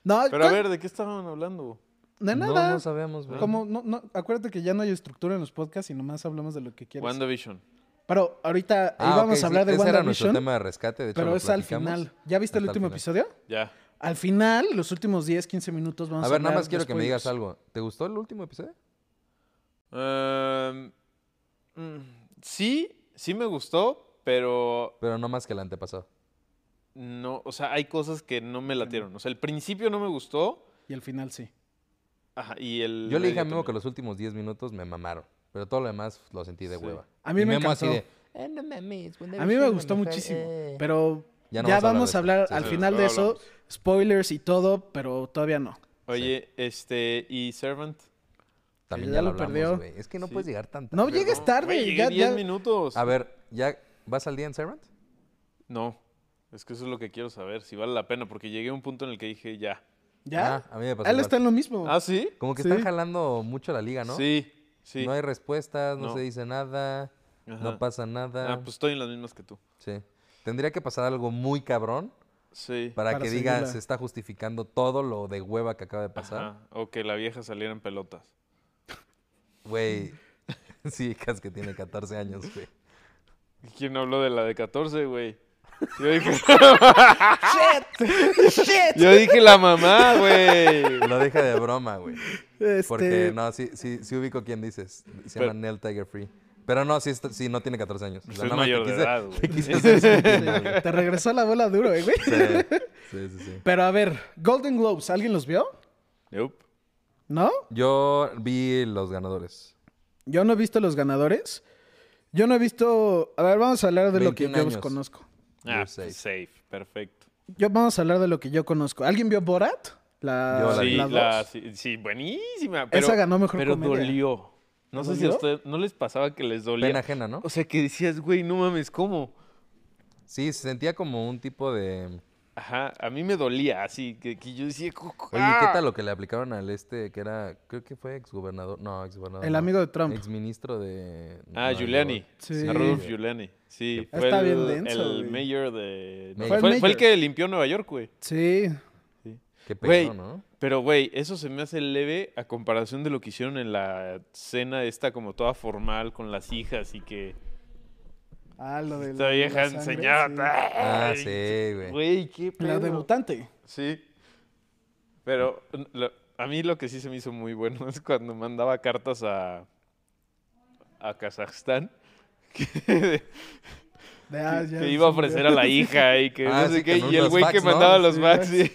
Speaker 2: no,
Speaker 5: Pero a
Speaker 2: Gun-
Speaker 5: ver, ¿de qué estaban hablando?
Speaker 2: de
Speaker 1: No,
Speaker 2: nada.
Speaker 1: no sabíamos, güey.
Speaker 2: Como, no, no, acuérdate que ya no hay estructura en los podcasts y nomás hablamos de lo que quieres.
Speaker 5: WandaVision.
Speaker 2: Pero ahorita
Speaker 1: Ah,
Speaker 2: íbamos
Speaker 1: ok,
Speaker 2: a hablar
Speaker 1: sí,
Speaker 2: de
Speaker 1: Ese era nuestro
Speaker 2: WandaVision,
Speaker 1: tema de rescate, de hecho
Speaker 2: pero
Speaker 1: lo
Speaker 2: es al
Speaker 1: platicamos.
Speaker 2: final. ¿Ya viste el
Speaker 1: Hasta
Speaker 2: último
Speaker 1: final.
Speaker 2: episodio?
Speaker 5: Ya.
Speaker 2: Al final, los últimos 10, 15 minutos vamos a
Speaker 1: A ver, nada
Speaker 2: hablar
Speaker 1: más quiero
Speaker 2: de
Speaker 1: que me digas
Speaker 2: spoilers.
Speaker 1: algo. ¿Te gustó el último episodio?
Speaker 5: Em, mm, sí, sí me gustó, pero
Speaker 1: Pero no más que el antepasado.
Speaker 5: no, o sea, hay cosas que no me latieron. O sea, el principio no me gustó.
Speaker 2: Y al final sí.
Speaker 5: Ajá, y el
Speaker 1: Yo le dije a
Speaker 5: medio
Speaker 1: Memo que
Speaker 5: también.
Speaker 1: los últimos 10 minutos me mamaron. Pero todo lo demás lo sentí de
Speaker 5: Sí.
Speaker 1: hueva.
Speaker 2: A mí
Speaker 1: Y
Speaker 2: me
Speaker 1: Memo así
Speaker 2: encantó.
Speaker 1: de, "Eh, no mames, when
Speaker 2: A
Speaker 1: they
Speaker 2: mí me
Speaker 1: shoot
Speaker 2: gustó
Speaker 1: when they
Speaker 2: muchísimo,
Speaker 1: fire, eh".
Speaker 2: pero
Speaker 1: Ya
Speaker 2: ya,
Speaker 1: no vamos a
Speaker 2: vamos a
Speaker 1: hablar de eso.
Speaker 2: hablar al
Speaker 1: Sí,
Speaker 5: sí,
Speaker 2: final de
Speaker 5: luego
Speaker 2: eso,
Speaker 5: hablamos.
Speaker 2: spoilers y todo, pero todavía no.
Speaker 5: Oye, este, y Servant.
Speaker 1: También
Speaker 2: ya
Speaker 1: ya, lo
Speaker 2: lo
Speaker 1: hablamos,
Speaker 2: perdió.
Speaker 1: güey. Es que no
Speaker 5: Sí.
Speaker 1: puedes llegar tan
Speaker 2: No
Speaker 1: tarde.
Speaker 2: llegues
Speaker 5: No,
Speaker 2: tarde,
Speaker 5: güey, llegué
Speaker 2: ya,
Speaker 5: 10
Speaker 2: ya-
Speaker 5: minutos.
Speaker 1: A ver, ¿ya vas al día en Servant?
Speaker 5: No, es que eso es lo que quiero saber, si vale la pena, porque llegué a un punto en el que dije ya.
Speaker 2: ¿Ya?
Speaker 1: Ah, a mí me pasó
Speaker 2: Él
Speaker 1: igual.
Speaker 2: está en lo mismo.
Speaker 5: ¿Ah, sí?
Speaker 1: Como que
Speaker 2: Sí.
Speaker 1: están jalando mucho la liga, ¿no?
Speaker 5: Sí, sí.
Speaker 1: No hay respuestas, no,
Speaker 5: No.
Speaker 1: se dice nada.
Speaker 5: Ajá.
Speaker 1: No pasa nada.
Speaker 5: Ah, pues estoy en las mismas que tú.
Speaker 1: Sí. Tendría que pasar algo muy cabrón
Speaker 5: Sí.
Speaker 1: para,
Speaker 2: Para
Speaker 1: que diga
Speaker 2: seguirla.
Speaker 1: se está justificando todo lo de hueva que acaba de pasar.
Speaker 5: Ajá. O que la vieja saliera en pelotas.
Speaker 1: Güey. Sí, Cas que tiene 14 años, güey.
Speaker 5: ¿Y ¿Quién habló de la de 14, güey? Yo dije, yo dije la mamá, güey.
Speaker 1: Lo deja de broma, güey.
Speaker 2: Este,
Speaker 1: Porque no, sí, sí, sí ubico quién dices. Se
Speaker 5: Pero-
Speaker 1: llama Nell Tiger Free. Pero no, sí, está- sí, no tiene 14 años. O
Speaker 5: Pues
Speaker 1: sea,
Speaker 5: es
Speaker 1: nada más te
Speaker 5: mayor de
Speaker 1: quise-
Speaker 5: edad, güey.
Speaker 1: te quise hacer sentir mal, güey.
Speaker 2: te regresó la bola duro, eh, güey.
Speaker 1: Sí, sí, sí, sí.
Speaker 2: Pero a ver, Golden Globes, ¿alguien los vio?
Speaker 5: Yup.
Speaker 2: ¿No?
Speaker 1: Yo vi los ganadores.
Speaker 2: Yo no he visto los ganadores. Yo no he visto. A ver, vamos a hablar de lo que
Speaker 1: 21
Speaker 2: yo
Speaker 1: años.
Speaker 2: conozco.
Speaker 5: Ah,
Speaker 1: You're safe.
Speaker 5: pues, safe. Perfecto.
Speaker 2: Yo vamos a hablar de lo que yo conozco. ¿Alguien vio Borat? La,
Speaker 1: Yo la
Speaker 5: sí,
Speaker 1: vi.
Speaker 2: la dos.
Speaker 5: la- sí, sí, buenísima. Pero,
Speaker 2: Esa ganó mejor
Speaker 5: Pero
Speaker 2: comedia.
Speaker 5: dolió. No sé si a
Speaker 2: ¿Dolió?
Speaker 5: usted no les pasaba que les dolía.
Speaker 1: Pena ajena, ¿no?
Speaker 5: O sea, que decías, güey, no mames, ¿cómo?
Speaker 1: Sí, se sentía como un tipo de...
Speaker 5: Ajá, a mí me dolía así, que, que yo decía, "Cu- cu-
Speaker 1: Oye, ¿qué
Speaker 5: ah".
Speaker 1: tal lo que le aplicaron al este que era, creo que fue exgobernador, no, exgobernador.
Speaker 2: El
Speaker 1: no,
Speaker 2: amigo de Trump.
Speaker 1: Exministro de...
Speaker 5: Ah,
Speaker 1: Nueva
Speaker 5: Giuliani.
Speaker 1: York.
Speaker 2: Sí.
Speaker 5: A Rudolph Giuliani. Sí,
Speaker 2: Está
Speaker 5: fue el,
Speaker 2: bien denso,
Speaker 5: el
Speaker 2: güey.
Speaker 5: mayor de... no,
Speaker 1: Mayor.
Speaker 5: fue,
Speaker 2: Fue el
Speaker 5: fue el
Speaker 2: mayor.
Speaker 5: que limpió Nueva York, güey.
Speaker 2: Sí.
Speaker 1: Qué
Speaker 5: Güey.
Speaker 1: pedo, ¿no?
Speaker 5: Pero, güey, eso se me hace leve a comparación de lo que hicieron en la cena esta como toda formal con las hijas y que
Speaker 2: Ah, lo de
Speaker 5: esta
Speaker 2: la-
Speaker 5: vieja
Speaker 2: la sangre,
Speaker 5: enseñaba.
Speaker 1: Ah,
Speaker 5: Ay,
Speaker 1: sí, güey.
Speaker 5: Güey, qué
Speaker 2: sí.
Speaker 5: pedo.
Speaker 2: La debutante.
Speaker 5: Sí. Pero n- lo- a mí lo que sí se me hizo muy bueno es cuando mandaba cartas a, a Kazajstán. Que,
Speaker 2: De- ah, ya
Speaker 5: que iba a
Speaker 2: se me
Speaker 5: ofrecer
Speaker 2: olvidó.
Speaker 5: a la hija y que
Speaker 1: Ah,
Speaker 5: no sé
Speaker 1: sí,
Speaker 5: qué.
Speaker 1: con
Speaker 5: Y el
Speaker 1: unos
Speaker 5: güey que
Speaker 1: fax, ¿no?
Speaker 5: mandaba los
Speaker 2: Sí,
Speaker 5: fax. sí.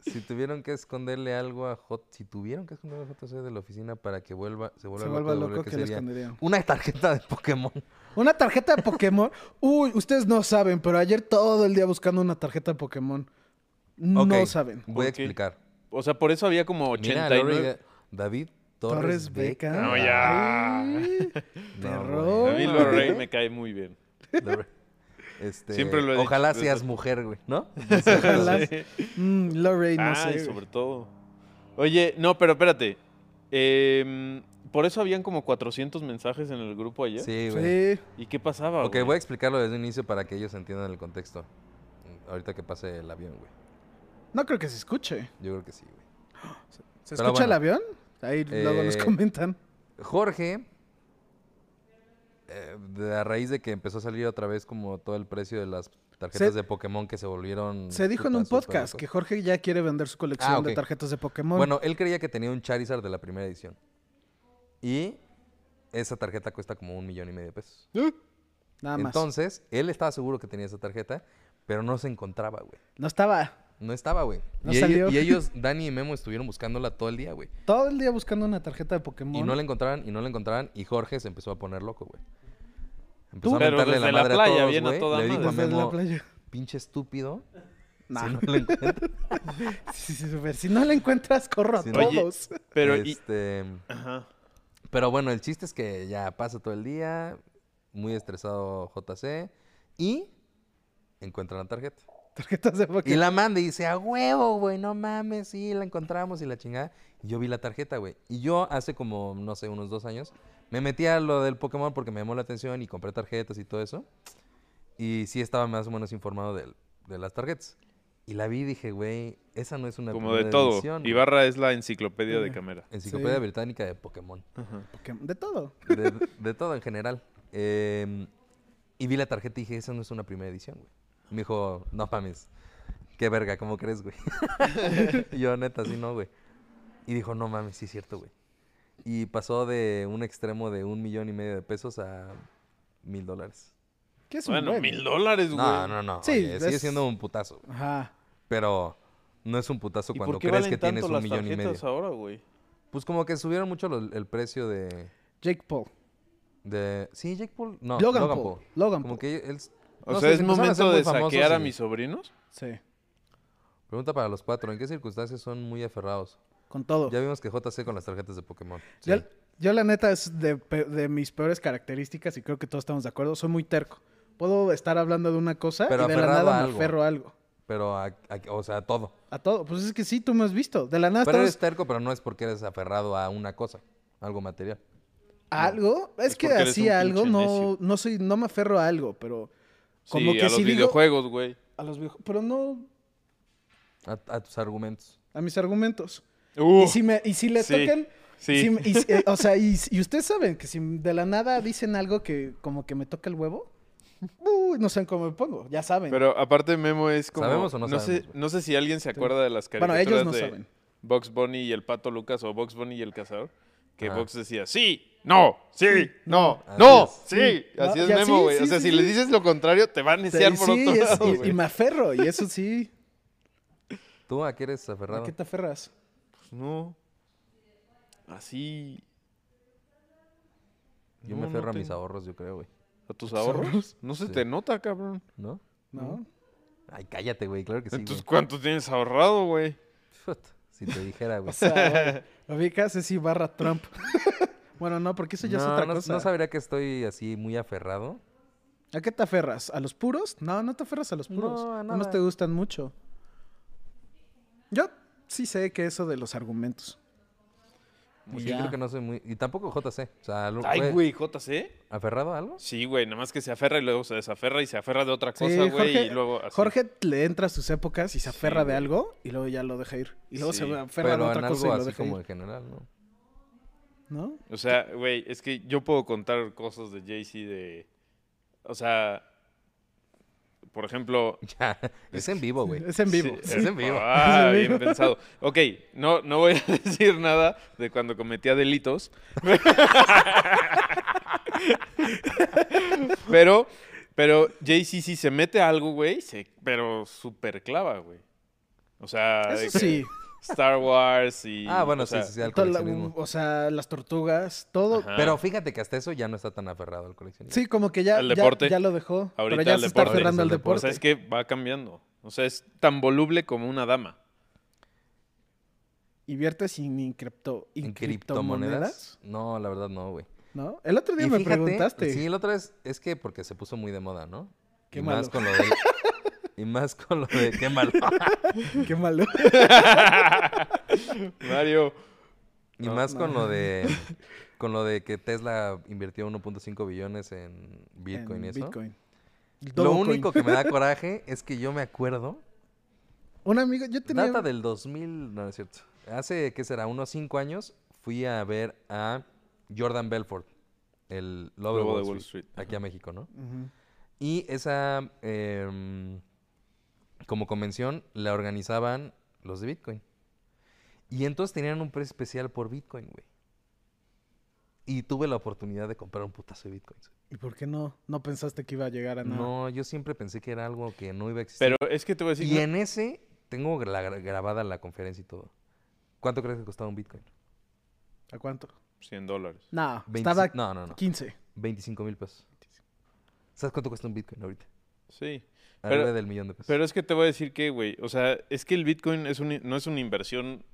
Speaker 1: Si tuvieron que esconderle algo a Hot, si tuvieron que esconderle a JC de la oficina para que vuelva, se vuelva
Speaker 2: Se
Speaker 1: loco,
Speaker 2: vuelva
Speaker 1: de volver,
Speaker 2: loco
Speaker 1: ¿qué
Speaker 2: que le
Speaker 1: sería?
Speaker 2: esconderían.
Speaker 1: Una tarjeta de Pokémon.
Speaker 2: Una tarjeta de Pokémon. Uy, ustedes no saben, pero ayer todo el día buscando una tarjeta de Pokémon. No
Speaker 1: Ok,
Speaker 2: saben.
Speaker 1: Voy a
Speaker 5: Ok.
Speaker 1: explicar.
Speaker 5: O sea, por eso había como
Speaker 1: Mira,
Speaker 5: 89.
Speaker 1: Lorega- David Torres,
Speaker 2: Torres Beca.
Speaker 1: Beca.
Speaker 5: No, ya.
Speaker 2: Ay,
Speaker 1: güey.
Speaker 2: Terror.
Speaker 5: A mí Lorey me cae muy bien.
Speaker 1: Lore- Este,
Speaker 5: Siempre lo he dicho,
Speaker 1: Ojalá
Speaker 5: pero-
Speaker 1: seas mujer, güey, ¿no?
Speaker 2: Ojalá.
Speaker 5: Sí.
Speaker 2: Mm, Lorraine, no
Speaker 5: Ah,
Speaker 2: sé.
Speaker 5: y
Speaker 2: güey.
Speaker 5: sobre todo. Oye, no, pero espérate. Em, por eso habían como 400 mensajes en el grupo ayer.
Speaker 1: Sí, güey.
Speaker 2: Sí.
Speaker 5: ¿Y qué pasaba?
Speaker 1: Ok,
Speaker 5: güey?
Speaker 1: voy a explicarlo desde un inicio para que ellos entiendan el contexto. mm, Ahorita que pase el avión, güey.
Speaker 2: No creo que se escuche.
Speaker 1: Yo creo que sí, güey.
Speaker 2: ¿Se
Speaker 1: Pero
Speaker 2: escucha el
Speaker 1: bueno.
Speaker 2: avión? Ahí luego nos
Speaker 1: Eh,
Speaker 2: comentan.
Speaker 1: Jorge, eh, de- a raíz de que empezó a salir otra vez como todo el precio de las tarjetas
Speaker 2: Se-
Speaker 1: de Pokémon que se volvieron...
Speaker 2: Se dijo en
Speaker 1: puta,
Speaker 2: un
Speaker 1: súper
Speaker 2: podcast
Speaker 1: locos.
Speaker 2: que Jorge ya quiere vender su colección
Speaker 1: Ah, ok.
Speaker 2: de tarjetas de Pokémon.
Speaker 1: Bueno, él creía que tenía un Charizard de la primera edición. Y esa tarjeta cuesta como un millón y medio de pesos.
Speaker 5: ¿Eh?
Speaker 2: nada más.
Speaker 1: Entonces, él estaba seguro que tenía esa tarjeta, pero no se encontraba, güey.
Speaker 2: no estaba
Speaker 1: No estaba, güey.
Speaker 2: No
Speaker 1: y, ellos-
Speaker 2: salió.
Speaker 1: y ellos, Dani y Memo, estuvieron buscándola todo el día, güey.
Speaker 2: todo el día buscando una tarjeta de Pokémon.
Speaker 1: Y no la encontraban, y no la encontraban, y Jorge se empezó a poner loco, güey. Empezó a
Speaker 5: Pero
Speaker 1: mentarle la
Speaker 5: desde la
Speaker 1: madre a
Speaker 5: playa
Speaker 1: todos,
Speaker 5: viene a
Speaker 1: güey.
Speaker 5: toda
Speaker 1: Le dijo a
Speaker 2: Desde la
Speaker 1: Memo,
Speaker 2: playa.
Speaker 1: pinche estúpido,
Speaker 2: Nah.
Speaker 1: si no la encuentras.
Speaker 2: Sí, sí, súper. Si no la encuentras, corro a
Speaker 1: Sí, no.
Speaker 5: Oye,
Speaker 2: todos.
Speaker 5: Pero, y-
Speaker 1: Este,
Speaker 5: Ajá.
Speaker 1: Pero bueno, el chiste es que ya pasa todo el día, muy estresado JC, y encuentra la tarjeta.
Speaker 2: Tarjetas de
Speaker 1: Y
Speaker 2: Pokémon.
Speaker 1: la manda y dice, a huevo, güey, no mames, sí, la encontramos y la chingada. Y yo vi la tarjeta, güey. Y yo hace como, no sé, unos dos años, me metí a lo del Pokémon porque me llamó la atención y compré tarjetas y todo eso. Y sí estaba más o menos informado del- de, las tarjetas. Y la vi y dije, güey, esa no es una
Speaker 5: Como de
Speaker 1: primera
Speaker 5: todo.
Speaker 1: edición, güey".
Speaker 5: Ibarra es la enciclopedia de cámara.
Speaker 1: Enciclopedia
Speaker 2: Sí.
Speaker 1: Británica de Pokémon.
Speaker 2: Pokémon. De todo.
Speaker 1: De, de todo en general. Em, y vi la tarjeta y dije, esa no es una primera edición, güey. Me dijo, no mames, qué verga, ¿cómo crees, güey? Y Yo, neta, sí no, güey. Y dijo, no mames, sí es cierto, güey. Y pasó de un extremo de un millón y medio de pesos a mil dólares.
Speaker 2: ¿Qué es un
Speaker 5: Bueno,
Speaker 2: buen?
Speaker 5: mil dólares, güey.
Speaker 1: No, no, no.
Speaker 2: Sí,
Speaker 1: oye, sigue
Speaker 2: es-
Speaker 1: siendo un putazo, güey.
Speaker 2: Ajá.
Speaker 1: Pero no es un putazo
Speaker 5: ¿Y
Speaker 1: cuando
Speaker 5: por qué
Speaker 1: crees
Speaker 5: valen
Speaker 1: que tienes
Speaker 5: tanto
Speaker 1: un
Speaker 5: las
Speaker 1: millón y medio.
Speaker 5: tarjetas ahora, güey?
Speaker 1: Pues como que subieron mucho lo- el precio de,
Speaker 2: Jake Paul.
Speaker 1: de... Sí, Jake Paul. No,
Speaker 2: Logan,
Speaker 1: Logan
Speaker 2: Paul.
Speaker 1: Paul.
Speaker 2: Logan
Speaker 1: Como
Speaker 2: Paul.
Speaker 1: que él...
Speaker 5: O
Speaker 1: no
Speaker 5: sea,
Speaker 1: sé,
Speaker 5: es
Speaker 1: se empezaron a hacer
Speaker 5: momento de
Speaker 1: muy famosos
Speaker 5: saquear a
Speaker 1: y-
Speaker 5: mis sobrinos.
Speaker 2: Sí.
Speaker 1: Pregunta para los cuatro. ¿En qué circunstancias son muy aferrados?
Speaker 2: Con todo.
Speaker 1: Ya vimos que JC con las tarjetas de Pokémon. Sí.
Speaker 2: Yo, yo la neta es de, pe- de mis peores características y creo que todos estamos de acuerdo. Soy muy terco. Puedo estar hablando de una cosa
Speaker 1: Pero
Speaker 2: y de la
Speaker 1: aferrado
Speaker 2: nada
Speaker 1: a
Speaker 2: me
Speaker 1: algo.
Speaker 2: aferro a algo.
Speaker 1: Pero, a- a- o sea, a todo.
Speaker 2: A todo. Pues es que sí, tú me has visto. De la nada
Speaker 1: Pero
Speaker 2: estamos...
Speaker 1: eres terco, pero no es porque eres aferrado a una cosa, algo material.
Speaker 2: algo. Es,
Speaker 5: Es
Speaker 2: que
Speaker 5: porque eres un
Speaker 2: así
Speaker 5: pinche
Speaker 2: algo, no,
Speaker 5: necio.
Speaker 2: no soy, no me aferro a algo, pero como
Speaker 5: sí,
Speaker 2: que
Speaker 5: a
Speaker 2: si
Speaker 5: los
Speaker 2: digo
Speaker 5: videojuegos, güey.
Speaker 2: a los videojuegos, pero no
Speaker 1: A, a tus argumentos.
Speaker 2: a mis argumentos.
Speaker 5: Uh,
Speaker 2: y si me, y si le
Speaker 5: sí,
Speaker 2: tocan,
Speaker 5: sí.
Speaker 2: si me- y si- eh, o sea, y, y ustedes saben que si de la nada dicen algo que como que me toca el huevo, uy, no sé cómo me pongo, ya saben.
Speaker 5: Pero aparte Memo es como...
Speaker 1: ¿Sabemos o no
Speaker 5: Sé,
Speaker 1: sabemos, güey?
Speaker 5: no sé si alguien se acuerda de las
Speaker 2: Bueno,
Speaker 5: caricaturas
Speaker 2: ellos no
Speaker 5: de
Speaker 2: saben.
Speaker 5: Box Bunny y el Pato Lucas o Box Bunny y el Cazador. Que
Speaker 1: Ajá.
Speaker 5: Box decía, sí, no, sí, no,
Speaker 1: Así
Speaker 5: no,
Speaker 1: es.
Speaker 5: sí.
Speaker 2: No,
Speaker 5: Así es
Speaker 2: ya,
Speaker 5: Memo,
Speaker 2: sí,
Speaker 5: güey.
Speaker 2: sí,
Speaker 5: o sea,
Speaker 2: sí,
Speaker 5: si
Speaker 2: sí.
Speaker 5: le dices lo contrario, te van a
Speaker 2: Sí,
Speaker 5: neciar por
Speaker 2: sí,
Speaker 5: otro
Speaker 2: es-
Speaker 5: lado,
Speaker 2: y, y
Speaker 5: güey.
Speaker 2: me aferro, y eso sí.
Speaker 1: ¿Tú a qué eres aferrado?
Speaker 2: ¿A qué te aferras?
Speaker 5: Pues no. Así...
Speaker 1: Yo
Speaker 5: No,
Speaker 1: me
Speaker 5: no
Speaker 1: aferro a mis
Speaker 5: tengo.
Speaker 1: ahorros, yo creo, güey.
Speaker 5: ¿A tus ahorros? No se
Speaker 1: Sí.
Speaker 5: te nota, cabrón.
Speaker 1: ¿No?
Speaker 2: ¿No?
Speaker 1: Ay, cállate, güey, claro que sí.
Speaker 5: Entonces,
Speaker 1: güey.
Speaker 5: ¿cuánto tienes ahorrado, güey?
Speaker 1: Fut, Si te dijera, güey.
Speaker 2: O sea, güey, ubicas ese barra Trump. bueno, no, porque eso ya es
Speaker 1: No,
Speaker 2: otra
Speaker 1: no-
Speaker 2: cosa.
Speaker 1: no sabría que estoy así muy aferrado.
Speaker 2: ¿A qué te aferras? ¿A los puros? No, no te aferras a los puros.
Speaker 1: No, a
Speaker 2: No, más
Speaker 1: nada.
Speaker 2: te gustan mucho. Yo sí sé que eso de los argumentos.
Speaker 1: Y
Speaker 2: Ya.
Speaker 1: Pues yo creo que no soy muy. Y tampoco JC. O sea, lo-
Speaker 5: Ay,
Speaker 1: fue-
Speaker 5: güey, JC.
Speaker 1: ¿Aferrado a algo?
Speaker 5: Sí, güey, nada más que se aferra y luego se desaferra y se aferra de otra cosa,
Speaker 2: Sí,
Speaker 5: güey,
Speaker 2: Jorge,
Speaker 5: y luego así.
Speaker 2: Jorge le entra a sus épocas y se
Speaker 5: Ah, Sí,
Speaker 2: aferra de
Speaker 5: güey.
Speaker 2: algo y luego ya lo deja ir. Y luego
Speaker 5: Sí,
Speaker 2: se aferra
Speaker 1: Pero
Speaker 2: de
Speaker 1: en
Speaker 2: otra cosa
Speaker 1: algo
Speaker 2: y lo
Speaker 1: así
Speaker 2: deja
Speaker 1: como
Speaker 2: ir.
Speaker 1: en general, ¿no?
Speaker 2: ¿No?
Speaker 5: O sea, güey, es que yo puedo contar cosas de Jay-Z de... O sea, por ejemplo...
Speaker 1: Ya. Es en vivo, güey.
Speaker 2: Es en vivo.
Speaker 5: Sí,
Speaker 1: Es en vivo.
Speaker 5: Ah,
Speaker 2: Es en
Speaker 5: bien
Speaker 2: vivo.
Speaker 5: pensado. Ok, no, no voy a decir nada de cuando cometía delitos. pero, pero Jay-Z si se mete a algo, güey, se- pero súper clava, güey. O sea, de
Speaker 2: Eso
Speaker 5: que
Speaker 2: sí.
Speaker 5: Star Wars y...
Speaker 1: Ah, bueno,
Speaker 5: o sea,
Speaker 1: sí, sí, sí, al
Speaker 2: Toda la-
Speaker 1: coleccionismo.
Speaker 2: o sea, las tortugas, todo.
Speaker 5: Ajá.
Speaker 1: Pero fíjate que hasta eso ya no está tan aferrado al coleccionismo.
Speaker 2: Sí, como que ya,
Speaker 5: Al
Speaker 2: ya-
Speaker 5: deporte.
Speaker 2: Ya, lo dejó.
Speaker 5: Ahorita
Speaker 2: pero ya
Speaker 5: al
Speaker 2: se está
Speaker 5: deporte.
Speaker 2: aferrando al
Speaker 1: Al
Speaker 5: O
Speaker 2: deporte.
Speaker 1: deporte.
Speaker 5: sea, es que va cambiando. O sea, es tan voluble como una dama.
Speaker 2: ¿Invierte sin cripto,
Speaker 1: ¿En criptomonedas? No, la verdad no, güey.
Speaker 2: ¿No? El otro
Speaker 1: Y
Speaker 2: día me
Speaker 1: fíjate,
Speaker 2: preguntaste.
Speaker 1: Sí, la otra vez es que porque se puso muy de moda, ¿no?
Speaker 2: Qué
Speaker 1: y más
Speaker 2: malo.
Speaker 1: con lo de. y más con lo de. Qué malo.
Speaker 2: Qué malo.
Speaker 5: Mario.
Speaker 1: Y
Speaker 5: No,
Speaker 1: más con
Speaker 2: no.
Speaker 1: lo de. Con lo de que Tesla invirtió 1.5 billones en Bitcoin y
Speaker 2: En
Speaker 1: eso.
Speaker 2: Bitcoin.
Speaker 1: Lo
Speaker 2: Dogecoin.
Speaker 1: único que me da coraje es que yo me acuerdo.
Speaker 2: Un amigo, yo tenía.
Speaker 1: Data del 2000, no, no es cierto. Hace, ¿qué será? Unos 5 años fui a ver a Jordan Belfort, el Lobo de Wall, Street, aquí a México, ¿no?
Speaker 2: Ujú.
Speaker 1: Y esa, em, como convención, la organizaban los de Bitcoin. Y entonces tenían un precio especial por Bitcoin, güey. Y tuve la oportunidad de comprar un putazo de Bitcoins.
Speaker 2: ¿Y por qué no? No pensaste que iba a llegar a nada.
Speaker 1: No, yo siempre pensé que era algo que no iba a existir.
Speaker 5: Pero es que te voy a decir...
Speaker 1: Y en ese tengo la gra- grabada la conferencia y todo. ¿Cuánto crees que costaba un Bitcoin?
Speaker 2: ¿A cuánto?
Speaker 5: 100 dólares.
Speaker 2: No,
Speaker 1: 25
Speaker 2: estaba
Speaker 1: No, no, no.
Speaker 2: 15.
Speaker 1: 25 mil pesos. ¿Sabes cuánto cuesta un Bitcoin ahorita?
Speaker 5: Sí.
Speaker 1: Arriba
Speaker 5: Pero-
Speaker 1: del millón de pesos.
Speaker 5: Pero es que te voy a decir que, güey, o sea, es que el Bitcoin es un- no es una inversión,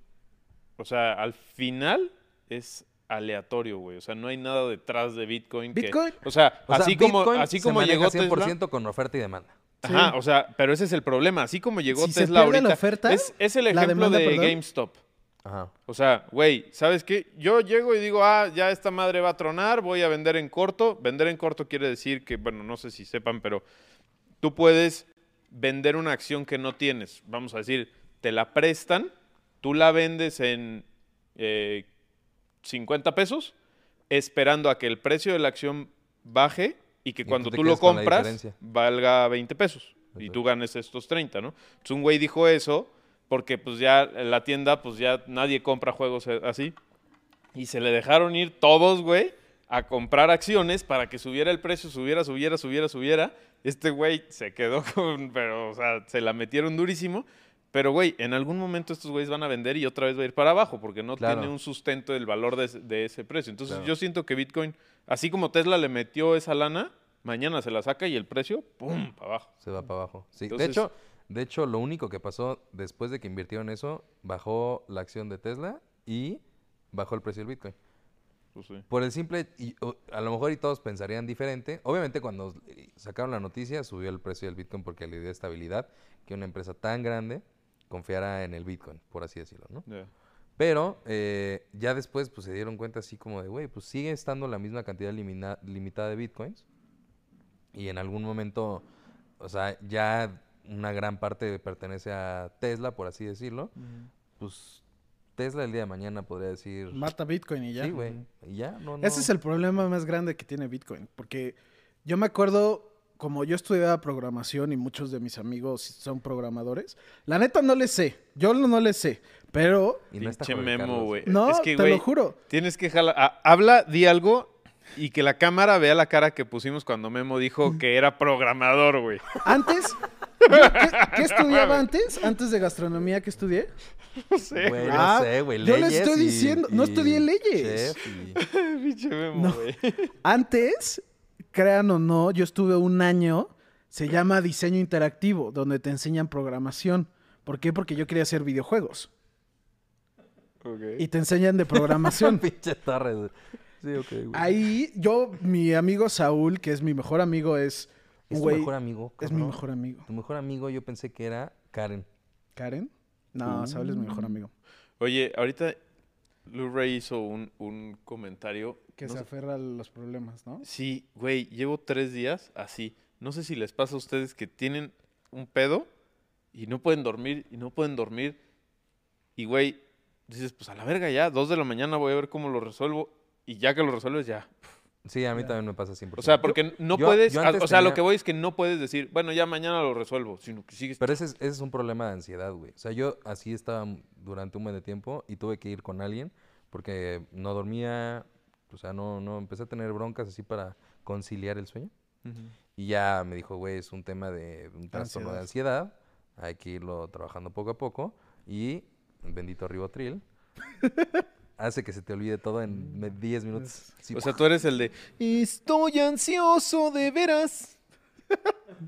Speaker 5: o sea, al final es aleatorio, güey, o sea, no hay nada detrás de Bitcoin. que-
Speaker 2: Bitcoin.
Speaker 5: o sea,
Speaker 1: O sea,
Speaker 5: así como,
Speaker 1: Bitcoin
Speaker 5: así
Speaker 1: se
Speaker 5: como
Speaker 1: maneja
Speaker 5: llegó
Speaker 1: 100%
Speaker 5: Tesla.
Speaker 1: con oferta y demanda.
Speaker 5: Ajá,
Speaker 2: Sí.
Speaker 5: o sea, pero ese es el problema, así como llegó
Speaker 2: Si se
Speaker 5: Tesla
Speaker 2: pierde la
Speaker 5: ahorita.
Speaker 2: oferta,
Speaker 5: es, es el
Speaker 2: la
Speaker 5: ejemplo
Speaker 2: demanda,
Speaker 5: de
Speaker 2: perdón.
Speaker 5: GameStop.
Speaker 1: Ajá.
Speaker 5: O sea, güey, ¿sabes qué? Yo llego y digo, ah, ya esta madre va a tronar, voy a vender en corto. Vender en corto quiere decir que, bueno, no sé si sepan, pero tú puedes vender una acción que no tienes. Vamos a decir, te la prestan, tú la vendes en eh, 50 pesos, esperando a que el precio de la acción baje y que
Speaker 1: Y tú
Speaker 5: cuando
Speaker 1: te
Speaker 5: tú, lo
Speaker 1: quedas con la
Speaker 5: compras
Speaker 1: diferencia.
Speaker 5: valga 20 pesos y
Speaker 1: Exacto.
Speaker 5: tú ganes estos 30, ¿no? Entonces un güey dijo eso porque pues ya en la tienda pues ya nadie compra juegos eh, así y se le dejaron ir todos, güey, a comprar acciones para que subiera el precio, subiera, subiera, subiera, subiera. Este güey se quedó con, pero, o sea, se la metieron durísimo. Pero, güey, en algún momento estos güeyes van a vender y otra vez va a ir para abajo porque no
Speaker 1: Claro.
Speaker 5: tiene un sustento del valor de, ese- de ese precio. Entonces,
Speaker 1: Claro.
Speaker 5: yo siento que Bitcoin, así como Tesla le metió esa lana, mañana se la saca y el precio, ¡pum!, para abajo.
Speaker 1: Se va para abajo. Sí.
Speaker 5: Entonces-
Speaker 1: de hecho, de hecho, lo único que pasó después de que invirtieron eso, bajó la acción de Tesla y bajó el precio del Bitcoin.
Speaker 5: Pues, sí.
Speaker 1: Por el simple, y, o, a lo mejor y todos pensarían diferente. Obviamente cuando eh, sacaron la noticia subió el precio del Bitcoin porque le dio estabilidad que una empresa tan grande confiara en el Bitcoin, por así decirlo, ¿no?
Speaker 5: Ya.
Speaker 1: Pero eh, ya después pues, se dieron cuenta así como de, güey, pues sigue estando la misma cantidad limina- limitada de bitcoins. Y en algún momento, o sea, ya una gran parte pertenece a Tesla, por así decirlo. Pues Tesla el día de mañana podría decir...
Speaker 2: Mata Bitcoin y ya.
Speaker 1: Sí, güey. Y ya, no, no.
Speaker 2: Ese es el problema más grande que tiene Bitcoin, porque yo me acuerdo, como yo estudiaba programación y muchos de mis amigos son programadores, la neta no le sé, yo no, no le sé, pero...
Speaker 1: Y no está
Speaker 5: Pinche
Speaker 1: Jorge
Speaker 5: memo,
Speaker 1: Carlos.
Speaker 5: güey.
Speaker 2: No,
Speaker 5: es que,
Speaker 2: te
Speaker 5: güey,
Speaker 2: lo juro.
Speaker 5: Tienes que jalar. ah, habla, di algo y que la cámara vea la cara que pusimos cuando Memo dijo que era programador, güey.
Speaker 2: Antes... yo, ¿qué, qué estudiaba antes? Antes de gastronomía, ¿qué estudié?
Speaker 5: No sé,
Speaker 1: Güey,
Speaker 5: güey.
Speaker 1: no
Speaker 2: Ah,
Speaker 1: sé, güey.
Speaker 2: yo le
Speaker 1: leyes
Speaker 2: estoy
Speaker 1: y-
Speaker 2: diciendo- no
Speaker 1: y
Speaker 2: estudié leyes.
Speaker 1: chef y-
Speaker 5: Pinche Memo,
Speaker 2: No.
Speaker 5: güey.
Speaker 2: Antes, crean o no, yo estuve un año, se llama diseño interactivo, donde te enseñan programación. ¿Por qué? Porque yo quería hacer videojuegos.
Speaker 5: Ok.
Speaker 2: Y te enseñan de programación.
Speaker 1: Pinche Torres. güey. Sí, ok, güey.
Speaker 2: Ahí, yo, mi amigo Saúl, que es mi mejor amigo, es un
Speaker 1: ¿Es tu
Speaker 2: güey-
Speaker 1: mejor amigo?
Speaker 2: Es mi
Speaker 1: cabrón?
Speaker 2: mejor amigo.
Speaker 1: Tu mejor amigo yo pensé que era Karen.
Speaker 2: ¿Karen?
Speaker 1: Mm.
Speaker 2: No, Saúl es mi mejor amigo.
Speaker 5: Oye, ahorita Lou Ray hizo un, un comentario.
Speaker 2: Que
Speaker 5: no
Speaker 2: se
Speaker 5: sé-
Speaker 2: aferra a los problemas, ¿no?
Speaker 5: Sí, güey, llevo tres días así. No sé si les pasa a ustedes que tienen un pedo y no pueden dormir y no pueden dormir. Y, güey, dices, pues a la verga ya, dos de la mañana voy a ver cómo lo resuelvo. Y ya que lo resuelves, ya.
Speaker 1: Sí, a mí también me pasa siempre.
Speaker 5: O sea, porque no
Speaker 1: yo-
Speaker 5: puedes.
Speaker 1: yo
Speaker 5: a-
Speaker 1: antes
Speaker 5: o sea, lo
Speaker 1: tenía-
Speaker 5: que voy es que no puedes decir, bueno, ya mañana lo resuelvo, sino que sigues.
Speaker 1: Pero ese es, ese es un problema de ansiedad, güey. O sea, yo así estaba m- durante un buen de tiempo y tuve que ir con alguien porque no dormía, o sea, no, no, empecé a tener broncas así para conciliar el sueño. Y ya me dijo, güey, es un tema de un trastorno de ansiedad, hay que irlo trabajando poco a poco y bendito ribotril hace que se te olvide todo en me- 10 minutos. Sí,
Speaker 5: o sea, tú eres el de Estoy ansioso de veras.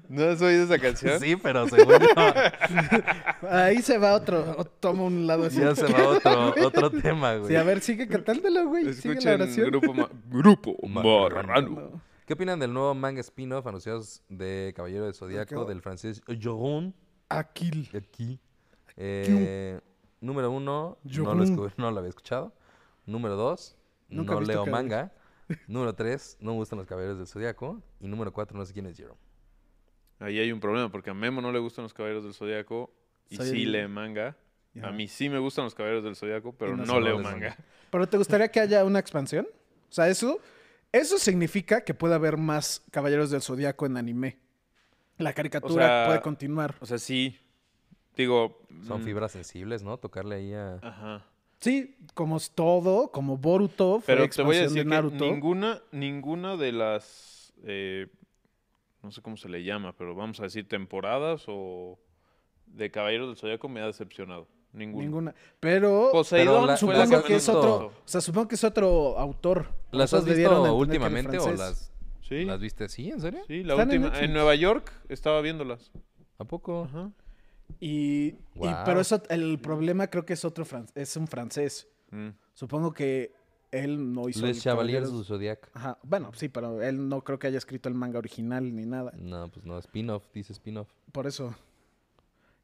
Speaker 5: ¿No has oído esa canción?
Speaker 1: sí, pero según yo,
Speaker 2: Ahí se va otro. o- Toma un lado así.
Speaker 1: ya se va otro, otro tema, güey.
Speaker 2: Sí, a ver, sigue cantándolo, güey. Sigue la
Speaker 5: Escuchen
Speaker 2: oración.
Speaker 5: grupo, Ma- grupo
Speaker 1: Marrano.
Speaker 5: Marrano.
Speaker 1: ¿Qué opinan del nuevo manga spin-off anunciados de Caballero del Zodíaco
Speaker 2: Zodíaco.
Speaker 1: del francés Joron?
Speaker 2: Aquil.
Speaker 1: Aquí. Eh, número uno, no lo,
Speaker 2: Jorun.
Speaker 1: escu- no lo había escuchado. Número dos,
Speaker 2: Nunca he
Speaker 1: no
Speaker 2: visto
Speaker 1: leo
Speaker 2: caballeros.
Speaker 1: manga. Número tres, no me gustan los Caballeros del Zodíaco. Y número cuatro, no sé quién es Jerome.
Speaker 5: Ahí hay un problema, porque a Memo no le gustan los caballeros del zodiaco y
Speaker 2: Soy
Speaker 5: sí
Speaker 2: el-
Speaker 5: lee manga.
Speaker 2: Ajá.
Speaker 5: A mí sí me gustan los caballeros del zodiaco, pero
Speaker 2: Y
Speaker 5: no,
Speaker 2: no
Speaker 1: sé, no
Speaker 5: leo
Speaker 1: les
Speaker 5: manga.
Speaker 2: ¿Pero te gustaría que haya una expansión? O sea, eso, eso significa que puede haber más Caballeros del Zodiaco en anime. La caricatura
Speaker 5: sea,
Speaker 2: puede continuar.
Speaker 5: O sea, sí. Digo.
Speaker 1: Son
Speaker 5: mm, Ah.
Speaker 1: fibras sensibles, ¿no? Tocarle ahí a...
Speaker 5: Ajá.
Speaker 2: Sí, como es todo, como Boruto, fue
Speaker 5: Pero te
Speaker 2: expansión
Speaker 5: voy a decir
Speaker 2: de
Speaker 5: que
Speaker 2: Naruto.
Speaker 5: ninguna, ninguna de las. eh, no sé cómo se le llama, pero vamos a decir temporadas o. de Caballeros del Zodiaco me ha decepcionado. Ninguna.
Speaker 2: Ninguna. Pero
Speaker 5: Poseidón
Speaker 1: Pero la-
Speaker 5: fue
Speaker 2: supongo
Speaker 1: que
Speaker 2: que
Speaker 5: menos
Speaker 2: es
Speaker 1: me
Speaker 2: otro,
Speaker 1: gustó.
Speaker 2: o sea, supongo que es otro autor. O
Speaker 1: ¿Las
Speaker 2: sea,
Speaker 1: has
Speaker 2: le dieron a
Speaker 1: visto
Speaker 2: entender que era
Speaker 1: últimamente o
Speaker 2: francés.
Speaker 1: las,
Speaker 5: Sí.
Speaker 1: las viste así? ¿En serio?
Speaker 5: Sí, la
Speaker 2: Están en
Speaker 5: última. En,
Speaker 2: Netflix.
Speaker 5: Nueva York estaba viéndolas.
Speaker 1: ¿A poco?
Speaker 5: Ajá.
Speaker 2: Y, y-
Speaker 1: Guau.
Speaker 2: pero eso, el problema creo que es otro fran- es un francés.
Speaker 5: Mm.
Speaker 2: Supongo que él no hizo
Speaker 1: Les
Speaker 2: el
Speaker 1: Chevaliers
Speaker 2: Caballeros-
Speaker 1: du Zodiac.
Speaker 2: Ajá, bueno, sí, pero él no creo que haya escrito el manga original ni nada.
Speaker 1: No, pues no, spin-off, dice spin-off.
Speaker 2: Por eso.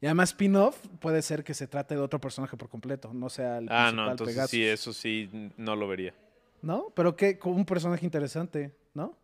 Speaker 2: Y además, spin-off puede ser que se trate de otro personaje por completo, no sea el
Speaker 5: Ah,
Speaker 2: principal
Speaker 5: no, entonces
Speaker 2: Pegasus.
Speaker 5: sí, eso sí, n- no lo vería.
Speaker 2: ¿No? Pero que con un personaje interesante, ¿no?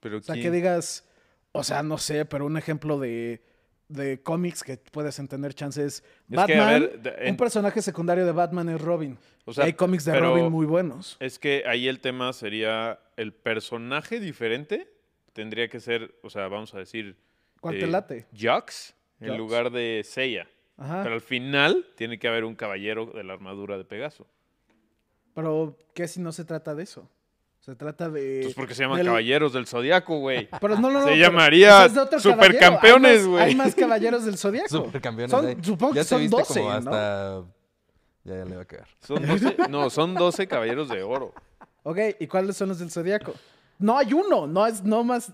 Speaker 5: Pero
Speaker 2: O sea, que
Speaker 5: ¿quién?
Speaker 2: digas, o sea, no sé, pero un ejemplo de, de cómics que puedes entender chances.
Speaker 5: Es
Speaker 2: Batman,
Speaker 5: que, a ver, de- en-
Speaker 2: un personaje secundario de Batman es Robin.
Speaker 5: O sea,
Speaker 2: Hay cómics de
Speaker 5: pero-
Speaker 2: Robin muy buenos.
Speaker 5: Es que ahí el tema sería el personaje diferente. Tendría que ser, o sea, vamos a decir.
Speaker 2: ¿Cuál
Speaker 5: eh,
Speaker 2: te late? Ah.
Speaker 5: Jax, en
Speaker 2: Jax.
Speaker 5: lugar de Seiya.
Speaker 2: Ajá.
Speaker 5: Pero
Speaker 2: Pero,
Speaker 5: al final tiene que haber un caballero de la armadura de Pegaso.
Speaker 2: Eh, ¿qué si no se trata de eso? Se trata de.
Speaker 5: Entonces, ¿por qué se llaman
Speaker 2: del-
Speaker 5: Caballeros del Zodiaco, güey?
Speaker 2: Pero no, no, no,
Speaker 5: Se
Speaker 2: pero-
Speaker 5: llamaría
Speaker 2: es de otro
Speaker 5: Supercampeones,
Speaker 2: caballero. Hay más-
Speaker 5: güey.
Speaker 2: Hay más caballeros del zodiaco.
Speaker 1: Supercampeones.
Speaker 2: Son-
Speaker 1: ahí.
Speaker 2: Supongo
Speaker 1: ya
Speaker 2: que
Speaker 1: te
Speaker 2: son
Speaker 1: viste
Speaker 2: 12,
Speaker 1: como
Speaker 2: ¿no?
Speaker 1: hasta... Ya, ya le va a cagar.
Speaker 5: Son 12, no, son 12 caballeros de oro.
Speaker 2: Ok, ¿y cuáles son los del zodiaco? No hay uno, no es no más.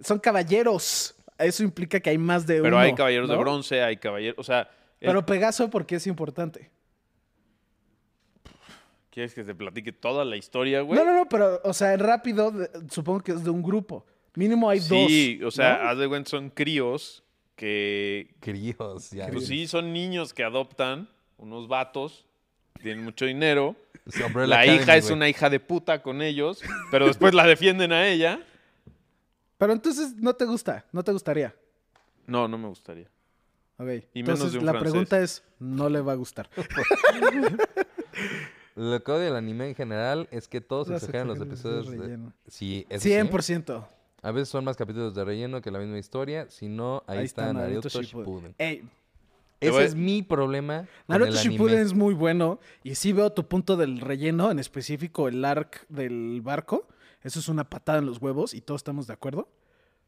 Speaker 2: Son caballeros. Eso implica que hay más de uno.
Speaker 5: Pero hay caballeros de
Speaker 2: ¿no?
Speaker 5: bronce, hay caballeros. O sea, eh, es-
Speaker 2: Pero Pegaso, ¿por qué es importante?
Speaker 5: ¿quieres que te platique toda la historia, güey?
Speaker 2: No, no, no, pero, o sea, rápido, de- supongo que es de un grupo. Mínimo hay dos.
Speaker 5: Sí, o sea,
Speaker 2: ¿no?
Speaker 5: haz de cuenta, son críos que,
Speaker 1: Críos, ya.
Speaker 5: pues sí, son niños que adoptan unos vatos tienen mucho dinero.
Speaker 1: Sí, Umbrella
Speaker 5: Pues La hija
Speaker 1: Academy,
Speaker 5: es
Speaker 1: güey.
Speaker 5: una hija de puta con ellos, pero después la defienden a ella.
Speaker 2: Pero entonces no te gusta, no te gustaría.
Speaker 5: No, no me gustaría.
Speaker 2: Ok.
Speaker 5: Y menos
Speaker 2: entonces
Speaker 5: de un
Speaker 2: la
Speaker 5: francés.
Speaker 2: pregunta es, no le va a gustar.
Speaker 1: Lo que odio del anime en general es que todos
Speaker 2: Los
Speaker 1: exageran los
Speaker 2: exageran, eso es
Speaker 1: episodios. de-
Speaker 2: relleno.
Speaker 1: Sí, eso sí.
Speaker 2: 100%.
Speaker 1: A veces son más capítulos de relleno que la misma historia. Si no, ahí, está, Naruto, Shippuden.
Speaker 2: Ey,
Speaker 5: Te
Speaker 1: Ese
Speaker 5: voy-
Speaker 1: es mi problema. con
Speaker 2: Naruto
Speaker 1: el anime.
Speaker 2: Shippuden es muy bueno y sí veo tu punto del relleno, en específico el arc del barco. Eso es una patada en los huevos y todos estamos de acuerdo.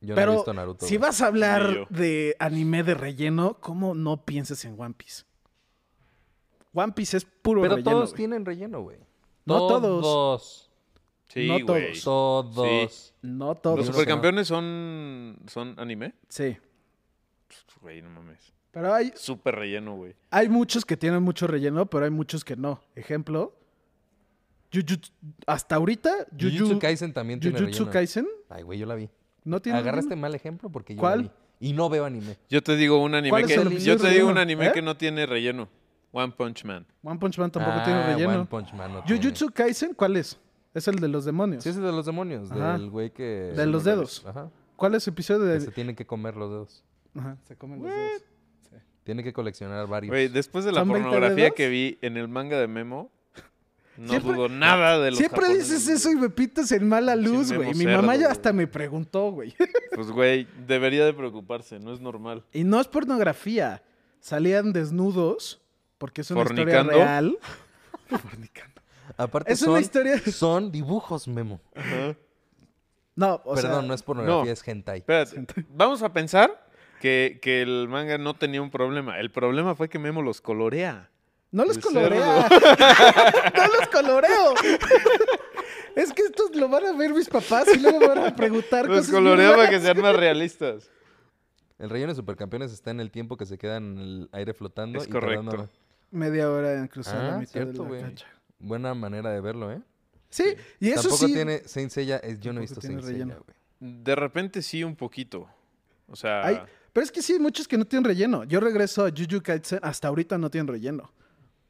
Speaker 1: Yo
Speaker 2: Pero
Speaker 1: no he visto Naruto.
Speaker 2: si
Speaker 1: güey.
Speaker 2: vas a
Speaker 5: Ni
Speaker 2: hablar
Speaker 5: yo.
Speaker 2: de anime de relleno, ¿cómo no piensas en One Piece? One Piece es puro
Speaker 1: Pero
Speaker 2: relleno.
Speaker 1: todos
Speaker 2: güey.
Speaker 1: tienen relleno, güey.
Speaker 2: No todos.
Speaker 1: Todos.
Speaker 5: Sí,
Speaker 2: No
Speaker 5: güey.
Speaker 2: todos.
Speaker 1: Todos.
Speaker 2: No
Speaker 5: ¿Los
Speaker 2: todos.
Speaker 1: Yo no sé.
Speaker 5: supercampeones son, son anime?
Speaker 2: Sí.
Speaker 5: Pues, Güey, no mames.
Speaker 2: Pero hay,
Speaker 5: Súper relleno, güey.
Speaker 2: hay muchos que tienen mucho relleno, pero hay muchos que no. Ejemplo, Jujutsu- hasta ahorita, Juju-
Speaker 1: Jujutsu Kaisen también tiene
Speaker 2: Jujutsu
Speaker 1: relleno.
Speaker 2: Kaisen
Speaker 1: Ay, güey, yo la vi.
Speaker 2: no tiene
Speaker 1: Agarraste
Speaker 2: relleno.
Speaker 1: mal ejemplo porque yo la
Speaker 2: ¿Cuál?
Speaker 1: vi. Y no veo anime.
Speaker 5: Yo te digo un anime
Speaker 2: ¿Cuáles
Speaker 5: que
Speaker 2: son
Speaker 1: los
Speaker 5: yo
Speaker 2: episodios
Speaker 5: te digo un
Speaker 2: relleno?
Speaker 5: anime
Speaker 2: ¿Eh?
Speaker 5: que no tiene relleno. One Punch Man.
Speaker 2: One Punch Man tampoco
Speaker 1: Ah,
Speaker 2: tiene relleno.
Speaker 1: One Punch Man no tiene.
Speaker 2: Jujutsu Kaisen, ¿cuál es? Es el de los demonios.
Speaker 1: Sí, ese es de los demonios.
Speaker 2: Ajá.
Speaker 1: Del güey que...
Speaker 2: De los dedos.
Speaker 1: Ajá.
Speaker 2: ¿Cuál es el episodio
Speaker 1: Que
Speaker 2: de.?
Speaker 1: se tienen que comer los dedos.
Speaker 2: Ajá, se comen los dedos.
Speaker 1: Tienen que coleccionar varios.
Speaker 5: Güey, después de la
Speaker 2: ¿Son 20
Speaker 5: pornografía
Speaker 2: dedos?
Speaker 5: que vi en el manga de Memo, no
Speaker 2: Siempre-
Speaker 5: dudo nada de los
Speaker 2: Siempre
Speaker 5: japoneses,
Speaker 2: dices eso y
Speaker 5: güey.
Speaker 2: me pitas en mala
Speaker 5: Sí,
Speaker 2: luz,
Speaker 5: Memo
Speaker 2: güey. Mi
Speaker 5: Cerdo,
Speaker 2: mamá ya
Speaker 5: güey.
Speaker 2: hasta me preguntó, güey.
Speaker 5: Pues, güey, debería de preocuparse, no es normal.
Speaker 2: Y no es pornografía. Salían desnudos porque es una
Speaker 5: Fornicando.
Speaker 2: historia real.
Speaker 1: Aparte
Speaker 2: Es
Speaker 1: son,
Speaker 2: una historia.
Speaker 1: son dibujos, Memo.
Speaker 2: No, o
Speaker 1: Perdón,
Speaker 2: sea,
Speaker 1: no es pornografía,
Speaker 5: no.
Speaker 1: es hentai.
Speaker 5: Espérate, vamos a pensar que, que el manga no tenía un problema. El problema fue que Memo los colorea.
Speaker 2: no los
Speaker 5: el
Speaker 2: colorea. no los coloreo. es que estos lo van a ver mis papás y luego me van a preguntar
Speaker 5: Los
Speaker 2: cosas bien
Speaker 5: colorea para
Speaker 2: raras.
Speaker 5: que sean más realistas.
Speaker 1: El relleno de supercampeones está en el tiempo que se queda en el aire flotando.
Speaker 5: Es
Speaker 1: y tardando-
Speaker 5: correcto.
Speaker 2: Media hora en cruzar la
Speaker 1: Ah,
Speaker 2: mitad
Speaker 1: cierto,
Speaker 2: de la
Speaker 1: güey.
Speaker 2: cancha.
Speaker 1: Buena manera de verlo, ¿eh?
Speaker 2: Sí, y eso
Speaker 1: Tampoco
Speaker 2: sí.
Speaker 1: tiene Saint Seiya, es- yo no he visto
Speaker 2: Tampoco tiene
Speaker 1: Saint Seiya,
Speaker 2: relleno.
Speaker 1: güey.
Speaker 5: De repente sí, un poquito. O sea,
Speaker 1: Ah.
Speaker 2: hay- pero es que sí, hay muchos que no tienen relleno. Yo regreso a Juju Kaisen, hasta ahorita no tienen relleno.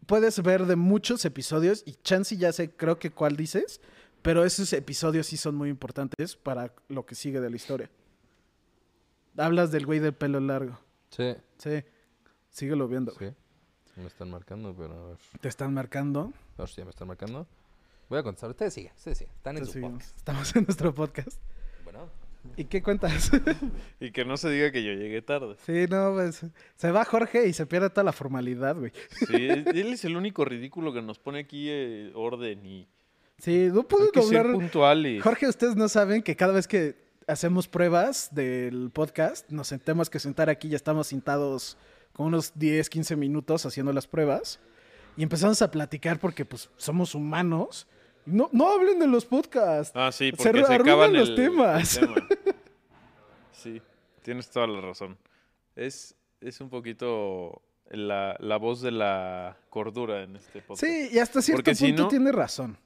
Speaker 2: Puedes ver de muchos episodios y Chansey ya sé, creo que cuál dices, pero esos episodios sí son muy importantes para lo que sigue de la historia. Hablas del güey del pelo largo.
Speaker 1: Sí,
Speaker 2: Sí, síguelo viendo. güey.
Speaker 1: sí. Me están marcando, pero a ver.
Speaker 2: Te están marcando.
Speaker 1: A ver si ya me están marcando. Voy a contestar. Ustedes sigan, ustedes sigan. Están en
Speaker 2: Entonces,
Speaker 1: su
Speaker 2: seguimos.
Speaker 1: podcast.
Speaker 2: Estamos en nuestro podcast.
Speaker 1: Bueno.
Speaker 2: ¿Y qué cuentas?
Speaker 5: y que no se diga que yo llegué tarde.
Speaker 2: sí, no, pues se va Jorge y se pierde toda la formalidad, güey.
Speaker 5: Sí, él es el único ridículo que nos pone aquí eh, orden y
Speaker 2: Sí, no
Speaker 5: hay
Speaker 2: pude
Speaker 5: que ser
Speaker 2: doblar
Speaker 5: puntuales.
Speaker 2: Jorge, ustedes no saben que cada vez que hacemos pruebas del podcast, nos sentemos que sentar aquí, ya estamos sentados con unos 10, 15 minutos haciendo las pruebas y empezamos a platicar porque pues somos humanos. No, no hablen de los podcasts.
Speaker 5: Ah, sí,
Speaker 2: Se
Speaker 5: porque se,
Speaker 2: arruinan
Speaker 5: acaban
Speaker 2: los
Speaker 5: el-
Speaker 2: temas.
Speaker 5: el tema. Sí, tienes toda la razón. Es, es un poquito la, la voz de la cordura en este podcast.
Speaker 2: sí, y hasta cierto
Speaker 5: Porque
Speaker 2: punto
Speaker 5: si no-
Speaker 2: tiene razón.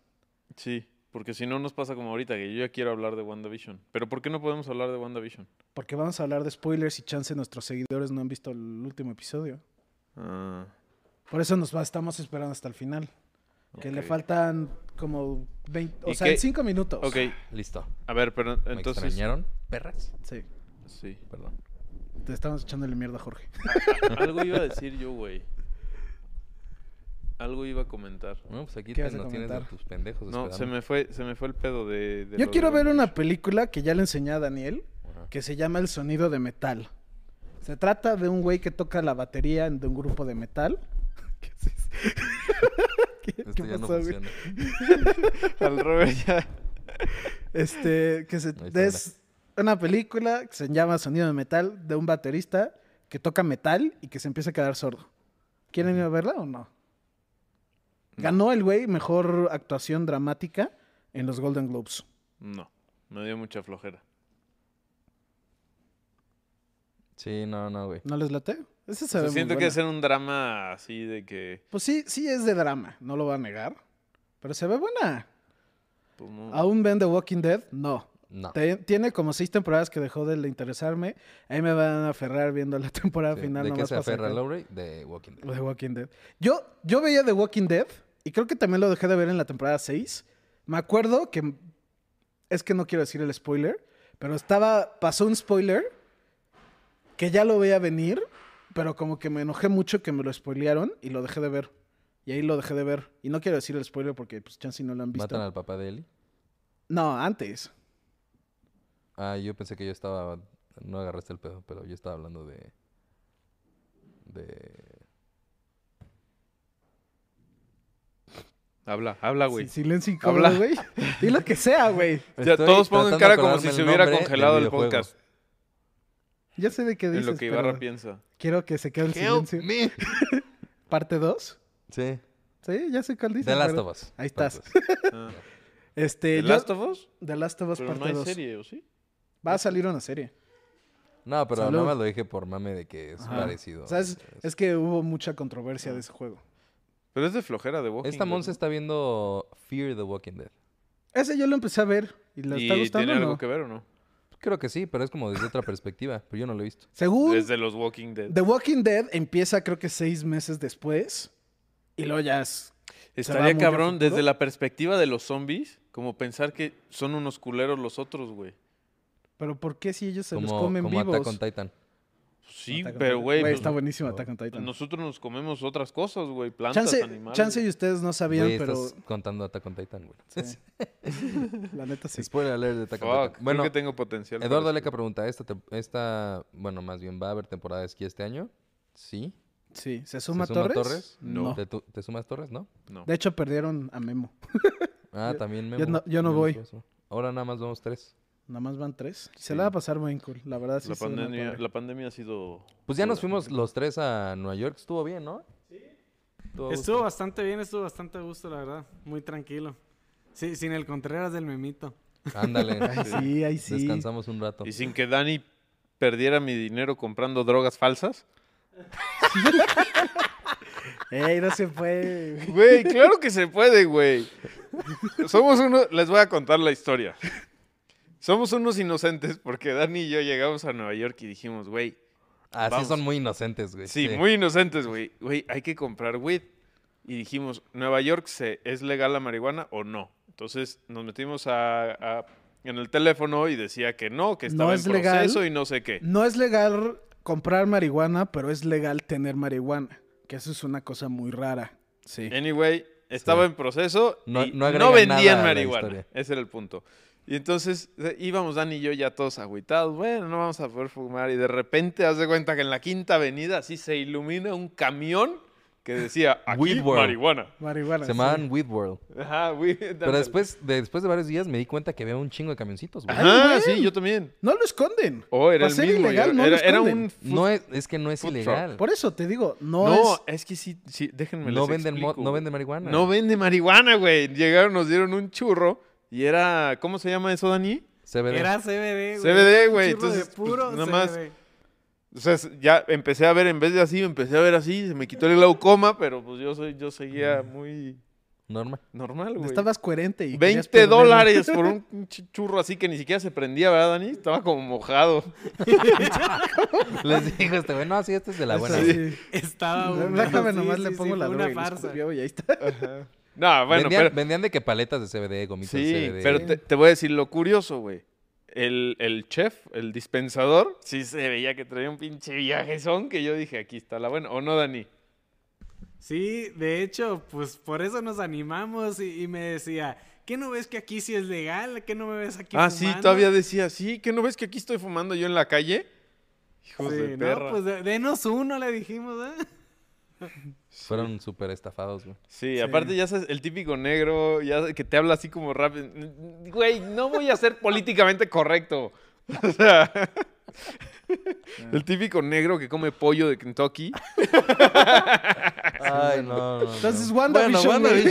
Speaker 5: Sí, porque si no nos pasa como ahorita, que yo ya quiero hablar de WandaVision. Pero ¿por qué no podemos hablar de WandaVision?
Speaker 2: Porque vamos a hablar de spoilers y chance nuestros seguidores no han visto el último episodio.
Speaker 5: Ah,
Speaker 2: Por eso nos va- estamos esperando hasta el final. Que le
Speaker 5: Ok.
Speaker 2: faltan como 20, o
Speaker 5: ¿Y
Speaker 2: sea,
Speaker 5: qué-
Speaker 2: 5 minutos.
Speaker 5: ok,
Speaker 1: Listo.
Speaker 5: a ver, pero
Speaker 1: ¿Me
Speaker 5: entonces...
Speaker 1: extrañaron? ¿Perras?
Speaker 2: Sí,
Speaker 5: Sí.
Speaker 1: Perdón.
Speaker 2: te estamos echándole mierda, Jorge.
Speaker 5: Algo iba a decir yo, güey. Algo iba a comentar.
Speaker 1: Bueno, pues aquí te,
Speaker 2: ¿Qué vas a
Speaker 1: nos tienes de
Speaker 2: comentar?
Speaker 1: tus pendejos
Speaker 5: No, se
Speaker 1: esperando.
Speaker 5: me fue, se me fue el pedo de. de
Speaker 2: Yo
Speaker 5: lo
Speaker 2: quiero
Speaker 5: de
Speaker 2: ver
Speaker 5: One
Speaker 2: una película que ya le enseñé a Daniel,
Speaker 1: Ajá.
Speaker 2: que se llama El sonido de metal. Se trata de un güey que toca la batería en- de un grupo de metal. ¿Qué haces? ¿Qué-
Speaker 1: Esto
Speaker 2: qué
Speaker 1: ya no
Speaker 2: pasó, güey?
Speaker 1: funciona.
Speaker 5: Punch. Al revés ya.
Speaker 2: Este, que se-
Speaker 1: está,
Speaker 2: es una película que se llama Sonido de metal de un baterista que toca metal y que se empieza a quedar sordo. ¿Quieren ir a verla o no? Ganó el güey mejor actuación dramática en los Golden Globes.
Speaker 5: No, me dio mucha flojera.
Speaker 1: Sí, no, no, güey.
Speaker 2: ¿No les late? Ese se
Speaker 5: O sea,
Speaker 2: ve muy
Speaker 5: siento que
Speaker 2: buena.
Speaker 5: es un drama así de que.
Speaker 2: Pues sí, sí es de drama, no lo voy a negar. Pero se ve buena.
Speaker 5: pues, no.
Speaker 2: ¿Aún ven The Walking Dead? No.
Speaker 1: Mm. No.
Speaker 2: Te- tiene como seis temporadas que dejó de interesarme. Ahí me van a aferrar viendo la temporada
Speaker 1: Sí,
Speaker 2: final.
Speaker 1: ¿De qué
Speaker 2: nomás
Speaker 1: se
Speaker 2: para
Speaker 1: aferra
Speaker 2: sacar
Speaker 1: Lowry? De Walking Dead.
Speaker 2: The Walking Dead. Yo, yo veía The Walking Dead y creo que también lo dejé de ver en la temporada 6. Me acuerdo que es que no quiero decir el spoiler, pero estaba pasó un spoiler que ya lo veía venir, pero como que me enojé mucho que me lo spoilearon y lo dejé de ver. Y ahí lo dejé de ver. Y no quiero decir el spoiler porque pues chance y no lo han visto.
Speaker 1: ¿Matan al papá de Ellie?
Speaker 2: No, antes.
Speaker 1: Ah, yo pensé que yo estaba... No agarraste el pedo, pero yo estaba hablando de... De...
Speaker 5: Habla, habla, Ah, güey.
Speaker 2: Sí, silencio incómodo,
Speaker 5: Habla.
Speaker 2: güey. Di lo que sea, güey.
Speaker 5: Ya,
Speaker 1: Estoy
Speaker 5: todos pongan
Speaker 1: tratando
Speaker 5: cara
Speaker 1: de
Speaker 5: como si
Speaker 1: acordarme
Speaker 5: se
Speaker 1: el
Speaker 5: hubiera
Speaker 1: nombre del
Speaker 5: congelado el
Speaker 1: videojuego.
Speaker 5: podcast.
Speaker 2: Ya sé de qué
Speaker 5: Es
Speaker 2: dices,
Speaker 5: lo que
Speaker 2: pero
Speaker 5: Ibarra piensa.
Speaker 2: quiero que se quede en silencio. Parte 2.
Speaker 1: Sí.
Speaker 2: Sí, ya sé cuál dices.
Speaker 1: The Last
Speaker 2: pero-
Speaker 1: of Us.
Speaker 2: Ahí estás.
Speaker 5: Ah.
Speaker 2: Este,
Speaker 5: ¿The
Speaker 2: yo-
Speaker 5: Last of Us?
Speaker 2: The Last of Us
Speaker 5: Pero no
Speaker 2: parte
Speaker 5: hay
Speaker 2: 2.
Speaker 5: serie, ¿o sí?
Speaker 2: Va a salir una serie.
Speaker 1: No, pero
Speaker 2: Salud.
Speaker 1: nada más lo dije por mame de que es
Speaker 2: Ajá.
Speaker 1: parecido.
Speaker 2: O sea, es,
Speaker 1: Es-
Speaker 2: es que hubo mucha controversia de ese juego.
Speaker 5: Pero es de flojera de Walking
Speaker 1: Esta
Speaker 5: Dead,
Speaker 1: Monse
Speaker 5: ¿no?
Speaker 1: está viendo Fear the Walking Dead.
Speaker 2: Ese yo lo empecé a ver y le está
Speaker 5: ¿Y
Speaker 2: gustando.
Speaker 5: tiene
Speaker 2: o
Speaker 5: algo
Speaker 2: no?
Speaker 5: que ver o no?
Speaker 1: Creo que sí, pero es como desde otra perspectiva. Pero yo no lo he visto.
Speaker 2: Según
Speaker 5: Desde los Walking Dead.
Speaker 2: The Walking Dead empieza creo que seis meses después y luego ya es... va
Speaker 5: Estaría
Speaker 2: muy a
Speaker 5: cabrón
Speaker 2: futuro.
Speaker 5: desde la perspectiva de los zombies, como pensar que son unos culeros los otros, güey.
Speaker 2: Pero ¿por qué si ellos se los
Speaker 1: como
Speaker 2: comen
Speaker 1: como
Speaker 2: vivos?
Speaker 1: Attack on Titan.
Speaker 5: Sí,
Speaker 2: Attack on
Speaker 5: pero
Speaker 2: Titan.
Speaker 5: güey, pues,
Speaker 2: está buenísimo Attack on Titan.
Speaker 5: nosotros nos comemos otras cosas, güey, plantas,
Speaker 2: Chance,
Speaker 5: animales.
Speaker 2: chance y ustedes no sabían,
Speaker 1: Güey,
Speaker 2: pero...
Speaker 1: estás contando Attack on Titan, güey.
Speaker 2: sí. la neta sí.
Speaker 1: Spoiler alert de Attack on
Speaker 5: Fuck,
Speaker 1: Titan.
Speaker 5: bueno,
Speaker 1: Bueno,
Speaker 5: creo que tengo potencial. para
Speaker 1: Eduardo
Speaker 5: eso.
Speaker 1: Leca pregunta, ¿esta, tem- ¿esta, bueno, más bien, va a haber temporada de esquí este año? Sí.
Speaker 2: Sí. ¿Se suma,
Speaker 1: suma
Speaker 2: Torres?
Speaker 1: Torres?
Speaker 2: No.
Speaker 1: ¿Te, tu- te sumas Torres, no?
Speaker 5: No.
Speaker 2: De hecho, perdieron a Memo.
Speaker 1: Ah,
Speaker 2: Yo-
Speaker 1: también me
Speaker 2: yo no- yo no voy.
Speaker 1: Ahora nada más vamos tres.
Speaker 2: Nada más van tres. Se
Speaker 5: Sí.
Speaker 2: la va a pasar muy cool. La verdad sí.
Speaker 5: la,
Speaker 2: estuvo muy
Speaker 5: pandemia,
Speaker 2: padre.
Speaker 5: la pandemia ha sido...
Speaker 1: Pues ya nos
Speaker 5: dura.
Speaker 1: fuimos los tres a Nueva York. Estuvo bien, ¿no? Sí.
Speaker 3: Estuvo bastante bien, estuvo bastante a gusto, la verdad. Muy tranquilo. Sí, sin el Contreras del memito.
Speaker 1: Ándale.
Speaker 2: Ay, sí, ahí sí.
Speaker 1: Descansamos un rato.
Speaker 5: Y sin que Dani perdiera mi dinero comprando drogas falsas.
Speaker 2: Ey, no se fue.
Speaker 5: Güey, claro que se puede, güey. Somos unos, les voy a contar la historia. Somos unos inocentes porque Dani y yo llegamos a Nueva York y dijimos, güey,
Speaker 1: Así
Speaker 5: Vamos.
Speaker 1: son muy inocentes, güey.
Speaker 5: sí, muy inocentes, güey, güey, hay que comprar weed. Y dijimos, Nueva York se, ¿es legal la marihuana o no? Entonces nos metimos a, a- en el teléfono y decía que no, que
Speaker 2: No
Speaker 5: estaba
Speaker 2: es
Speaker 5: en
Speaker 2: legal.
Speaker 5: proceso y no sé qué.
Speaker 2: No es legal comprar marihuana, pero es legal tener marihuana. Que eso es una cosa muy rara. Sí.
Speaker 5: Anyway, estaba
Speaker 1: Sí.
Speaker 5: en proceso
Speaker 1: No-
Speaker 5: y
Speaker 1: no
Speaker 5: no,
Speaker 1: agrega nada
Speaker 5: vendían
Speaker 1: a la
Speaker 5: marihuana.
Speaker 1: historia.
Speaker 5: Ese era el punto. Y entonces eh, íbamos Dan y yo ya todos agüitados, bueno, no vamos a poder fumar. Y de repente haz de cuenta que en la quinta avenida así se ilumina un camión que decía aquí
Speaker 1: Weed World.
Speaker 5: marihuana.
Speaker 2: Marihuana.
Speaker 1: Se
Speaker 2: sí.
Speaker 1: llamaban Weed World.
Speaker 5: Ajá, güey.
Speaker 1: Pero después de, después de varios días me di cuenta que había un chingo de camioncitos, güey.
Speaker 5: Ajá,
Speaker 2: Ay, güey.
Speaker 5: sí, yo también.
Speaker 2: No lo esconden.
Speaker 5: O Oh, era
Speaker 2: Para
Speaker 5: el
Speaker 2: ser
Speaker 5: mismo.
Speaker 2: ilegal,
Speaker 5: era-
Speaker 2: no
Speaker 5: era,
Speaker 2: los
Speaker 5: era
Speaker 2: esconden.
Speaker 5: un. food-
Speaker 1: No es, es que no es
Speaker 5: Food truck.
Speaker 1: ilegal.
Speaker 2: Por eso te digo, no,
Speaker 5: No,
Speaker 2: es.
Speaker 5: es... que sí, sí déjenme
Speaker 1: No
Speaker 5: les
Speaker 1: venden, mo-
Speaker 5: explico,
Speaker 1: no
Speaker 5: güey.
Speaker 1: venden marihuana.
Speaker 5: No vende marihuana, güey. Llegaron, nos dieron un churro y era. ¿Cómo se llama eso, Dani?
Speaker 1: CBD.
Speaker 3: Era CBD, güey.
Speaker 5: CBD, güey,
Speaker 3: Un churro de
Speaker 5: entonces, pues,
Speaker 3: puro
Speaker 5: nada más.
Speaker 3: CBD.
Speaker 5: O sea, s- ya empecé a ver, en vez de así, empecé a ver así, se me quitó el glaucoma, pero pues yo soy, yo seguía muy
Speaker 1: Norma.
Speaker 5: normal, güey.
Speaker 2: Estabas coherente. Y querías
Speaker 5: 20
Speaker 2: perderlo.
Speaker 5: dólares por un pinche churro así que ni siquiera se prendía, ¿verdad, Dani? Estaba como mojado.
Speaker 1: Les dijo este güey, no, sí, este es de la buena.
Speaker 2: Sí. Ah,
Speaker 5: Ah,
Speaker 3: Estaba bueno,
Speaker 2: Déjame
Speaker 3: sí,
Speaker 2: nomás
Speaker 3: sí,
Speaker 2: le
Speaker 3: sí,
Speaker 2: pongo la
Speaker 3: fue
Speaker 2: droga. y
Speaker 3: Una
Speaker 2: le
Speaker 3: farsa.
Speaker 2: escupió y ahí está.
Speaker 5: No, bueno,
Speaker 1: vendían,
Speaker 5: pero...
Speaker 1: vendían de que paletas de CBD, gomitas de
Speaker 5: Sí,
Speaker 1: CBD.
Speaker 5: pero te, te voy a decir lo curioso, güey. El, el chef, el dispensador, sí se veía que traía un pinche viajezón que yo dije, aquí está la buena. ¿O no, Dani?
Speaker 3: Sí, de hecho, pues por eso nos animamos y, y me decía, ¿qué no ves que aquí sí es legal? ¿Qué no me ves aquí
Speaker 5: Ah, sí,
Speaker 3: fumando?"
Speaker 5: todavía decía, sí, ¿que no ves que aquí estoy fumando yo en la calle? Hijos
Speaker 3: Sí,
Speaker 5: de
Speaker 3: no,
Speaker 5: perra.
Speaker 3: pues de- denos uno, le dijimos, ¿eh?
Speaker 1: Fueron súper estafados, güey.
Speaker 5: Sí, aparte ya sabes, el típico negro, ya sabes, que te habla así como rápido. Güey, no voy a ser políticamente correcto. O sea, el típico negro que come pollo de Kentucky.
Speaker 1: Ay, no, no, no.
Speaker 2: Entonces, WandaVision. güey.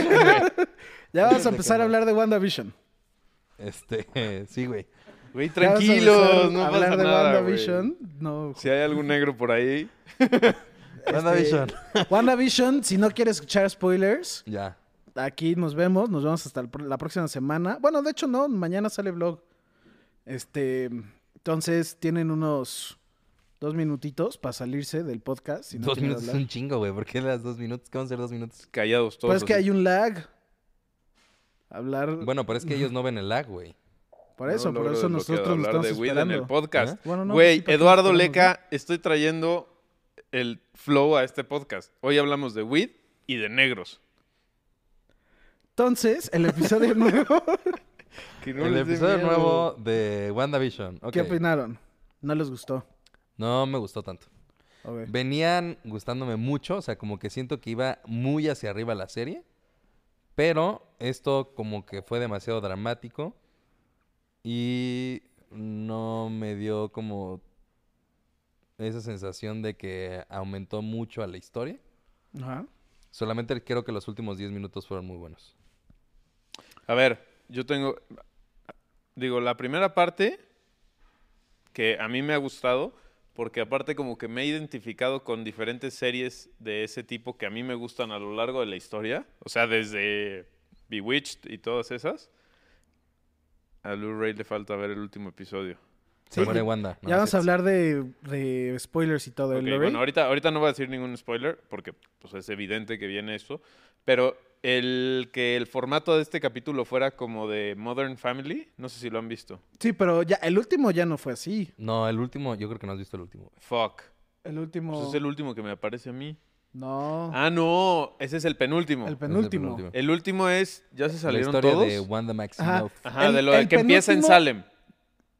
Speaker 2: ya vamos a empezar a hablar de WandaVision.
Speaker 1: Este, sí, güey.
Speaker 5: Güey,
Speaker 2: Ya vamos a
Speaker 5: tranquilos,
Speaker 2: empezar
Speaker 5: no
Speaker 2: a hablar
Speaker 5: pasa
Speaker 2: de
Speaker 5: nada, güey.
Speaker 2: WandaVision. No,
Speaker 5: Si hay algún negro por ahí,
Speaker 1: WandaVision.
Speaker 2: Este, WandaVision, si no quieres escuchar spoilers,
Speaker 1: Ya.
Speaker 2: aquí nos vemos, nos vemos hasta el pr- la próxima semana. Bueno, de hecho no, mañana sale vlog. Este, entonces tienen unos dos minutitos para salirse del podcast. Si no
Speaker 1: dos
Speaker 2: quieren
Speaker 1: minutos es
Speaker 2: hablar.
Speaker 1: un chingo, güey. ¿Por qué las dos minutos? ¿Qué van a ser dos minutos?
Speaker 5: Callados todos.
Speaker 2: Pues es que
Speaker 5: así.
Speaker 2: hay un lag. Hablar.
Speaker 1: Bueno, pero es que ellos no ven el lag, güey.
Speaker 2: por
Speaker 5: No
Speaker 2: eso, por
Speaker 5: logro
Speaker 2: eso
Speaker 5: desbloquear
Speaker 2: nosotros lo
Speaker 5: hablar
Speaker 2: estamos
Speaker 5: de Weed en el
Speaker 2: esperando.
Speaker 1: ¿Eh?
Speaker 5: podcast.
Speaker 2: Bueno, no,
Speaker 5: Güey,
Speaker 2: pues sí, ¿para qué nos
Speaker 5: Eduardo
Speaker 2: esperamos,
Speaker 5: Leca, estoy trayendo el flow a este podcast. Hoy hablamos de weed y de negros.
Speaker 2: Entonces, el episodio nuevo.
Speaker 5: Que no
Speaker 1: el
Speaker 5: les dé
Speaker 1: episodio
Speaker 5: miedo.
Speaker 1: nuevo de WandaVision. Ok.
Speaker 2: ¿Qué opinaron? No les gustó.
Speaker 1: No me gustó tanto.
Speaker 2: Ok.
Speaker 1: Venían gustándome mucho, o sea, como que siento que iba muy hacia arriba la serie. Pero esto como que fue demasiado dramático y no me dio como esa sensación de que aumentó mucho a la historia.
Speaker 2: Ajá.
Speaker 1: Solamente creo que los últimos 10 minutos fueron muy buenos.
Speaker 5: A ver, yo tengo. Digo, la primera parte que a mí me ha gustado, porque aparte, como que me he identificado con diferentes series de ese tipo que a mí me gustan a lo largo de la historia. O sea, desde Bewitched y todas esas. A Lou Ray le falta ver el último episodio.
Speaker 1: Se
Speaker 2: Sí.
Speaker 1: muere Wanda. No,
Speaker 2: ya
Speaker 1: no
Speaker 2: vamos
Speaker 1: sé.
Speaker 2: a hablar de, de spoilers y todo. ¿eh,
Speaker 5: Ok,
Speaker 2: Lore?
Speaker 5: bueno, ahorita, ahorita no voy a decir ningún spoiler porque pues, es evidente que viene eso, pero el que el formato de este capítulo fuera como de Modern Family, no sé si lo han visto.
Speaker 2: Sí, pero ya el último ya no fue así.
Speaker 1: No, el último, yo creo que no has visto el último. güey.
Speaker 5: Fuck.
Speaker 2: El último.
Speaker 5: Pues es el último que me aparece a mí.
Speaker 2: No.
Speaker 5: Ah, no, ese es el penúltimo.
Speaker 2: el
Speaker 5: El,
Speaker 2: penúltimo.
Speaker 1: penúltimo.
Speaker 5: último es, ya se salieron
Speaker 1: la historia
Speaker 5: todos.
Speaker 1: de Wanda
Speaker 2: Ajá.
Speaker 1: Maximoff.
Speaker 5: Ajá,
Speaker 2: El-
Speaker 5: de lo de
Speaker 2: el
Speaker 5: que empieza en
Speaker 2: penúltimo-
Speaker 5: Salem.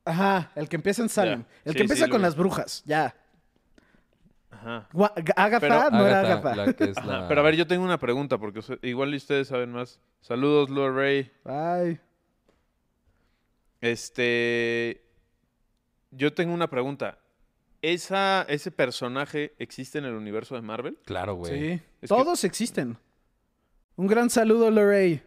Speaker 2: Ajá, el que empieza en Salem.
Speaker 5: Ya.
Speaker 2: El
Speaker 5: Sí,
Speaker 2: que empieza
Speaker 5: sí, lo
Speaker 2: con
Speaker 5: vi.
Speaker 2: las brujas, ya.
Speaker 5: Ajá.
Speaker 2: Gua- G- Agatha
Speaker 5: Pero
Speaker 2: Ah, no era
Speaker 1: Agatha,
Speaker 2: Agatha.
Speaker 1: la que es
Speaker 5: Ajá,
Speaker 1: la-
Speaker 5: Pero a ver, yo tengo una pregunta porque us- igual y ustedes saben más. Saludos, Lou Ray.
Speaker 2: Ay.
Speaker 5: Este. Yo tengo una pregunta. ¿Esa, ¿Ese personaje existe en el universo de Marvel?
Speaker 1: Claro, güey.
Speaker 2: Sí.
Speaker 5: Es que-
Speaker 2: Todos existen. Un gran saludo, Lorey.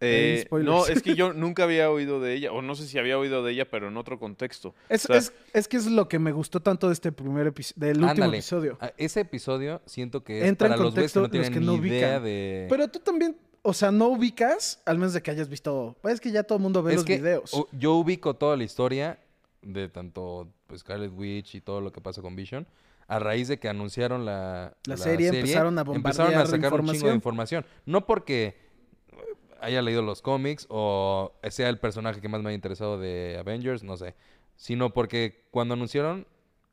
Speaker 5: Eh,
Speaker 2: Ey, spoilers.
Speaker 5: no, es que yo nunca había oído de ella, o no sé si había oído de ella, pero en otro contexto.
Speaker 2: Es,
Speaker 5: O sea,
Speaker 2: es, es que es lo que me gustó tanto de este primer episodio, del último
Speaker 1: Ándale.
Speaker 2: episodio.
Speaker 1: Ah, Ese episodio siento que es
Speaker 2: Entra en
Speaker 1: para los güeyes que no
Speaker 2: contexto los
Speaker 1: tienen
Speaker 2: que no
Speaker 1: ni idea
Speaker 2: ubican.
Speaker 1: de...
Speaker 2: Pero tú también, o sea, no ubicas, al menos de que hayas visto. Pues es que ya todo el mundo ve los
Speaker 1: que
Speaker 2: videos.
Speaker 1: u- yo ubico toda la historia de tanto pues, Scarlet Witch y todo lo que pasó con Vision a raíz de que anunciaron la,
Speaker 2: La serie, empezaron a
Speaker 1: empezaron
Speaker 2: bombardear
Speaker 1: a sacar un chingo de
Speaker 2: información.
Speaker 1: información. No porque haya leído los cómics o sea el personaje que más me ha interesado de Avengers, no sé, sino porque cuando anunciaron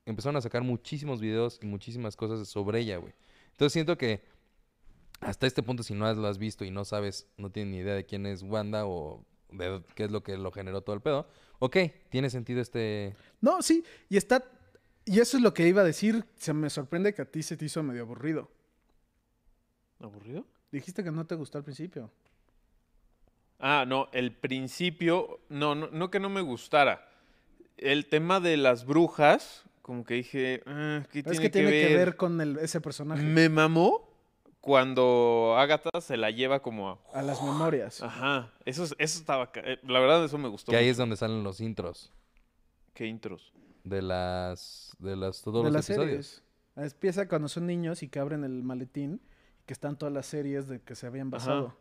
Speaker 1: empezaron a sacar muchísimos videos y muchísimas cosas sobre ella, güey. Entonces siento que hasta este punto, si no has- lo has visto y no sabes, no tienes ni idea de quién es Wanda o de dó- qué es lo que lo generó todo el pedo, ok, tiene sentido este...
Speaker 2: No, sí, y está. Y eso es lo que iba a decir. Se me sorprende que a ti se te hizo medio aburrido.
Speaker 5: ¿Aburrido?
Speaker 2: Dijiste que no te gustó al principio.
Speaker 5: Ah, no, el principio, no, no, no que no me gustara. El tema de las brujas, como que dije, ah, ¿qué
Speaker 2: Pero
Speaker 5: tiene,
Speaker 2: es que tiene
Speaker 5: ver?
Speaker 2: que ver con el- ese personaje.
Speaker 5: Me mamó cuando Agatha se la lleva como a...
Speaker 2: A las memorias.
Speaker 5: Ajá, eso, es- eso estaba... ca- eh, La verdad, eso me gustó.
Speaker 1: Que ahí
Speaker 5: mucho.
Speaker 1: es donde salen los intros
Speaker 5: Qué intros.
Speaker 1: de las... de las todos
Speaker 2: de
Speaker 1: los
Speaker 2: las
Speaker 1: episodios.
Speaker 2: series. Empieza cuando son niños y que abren el maletín. Que están todas las series de que se habían basado.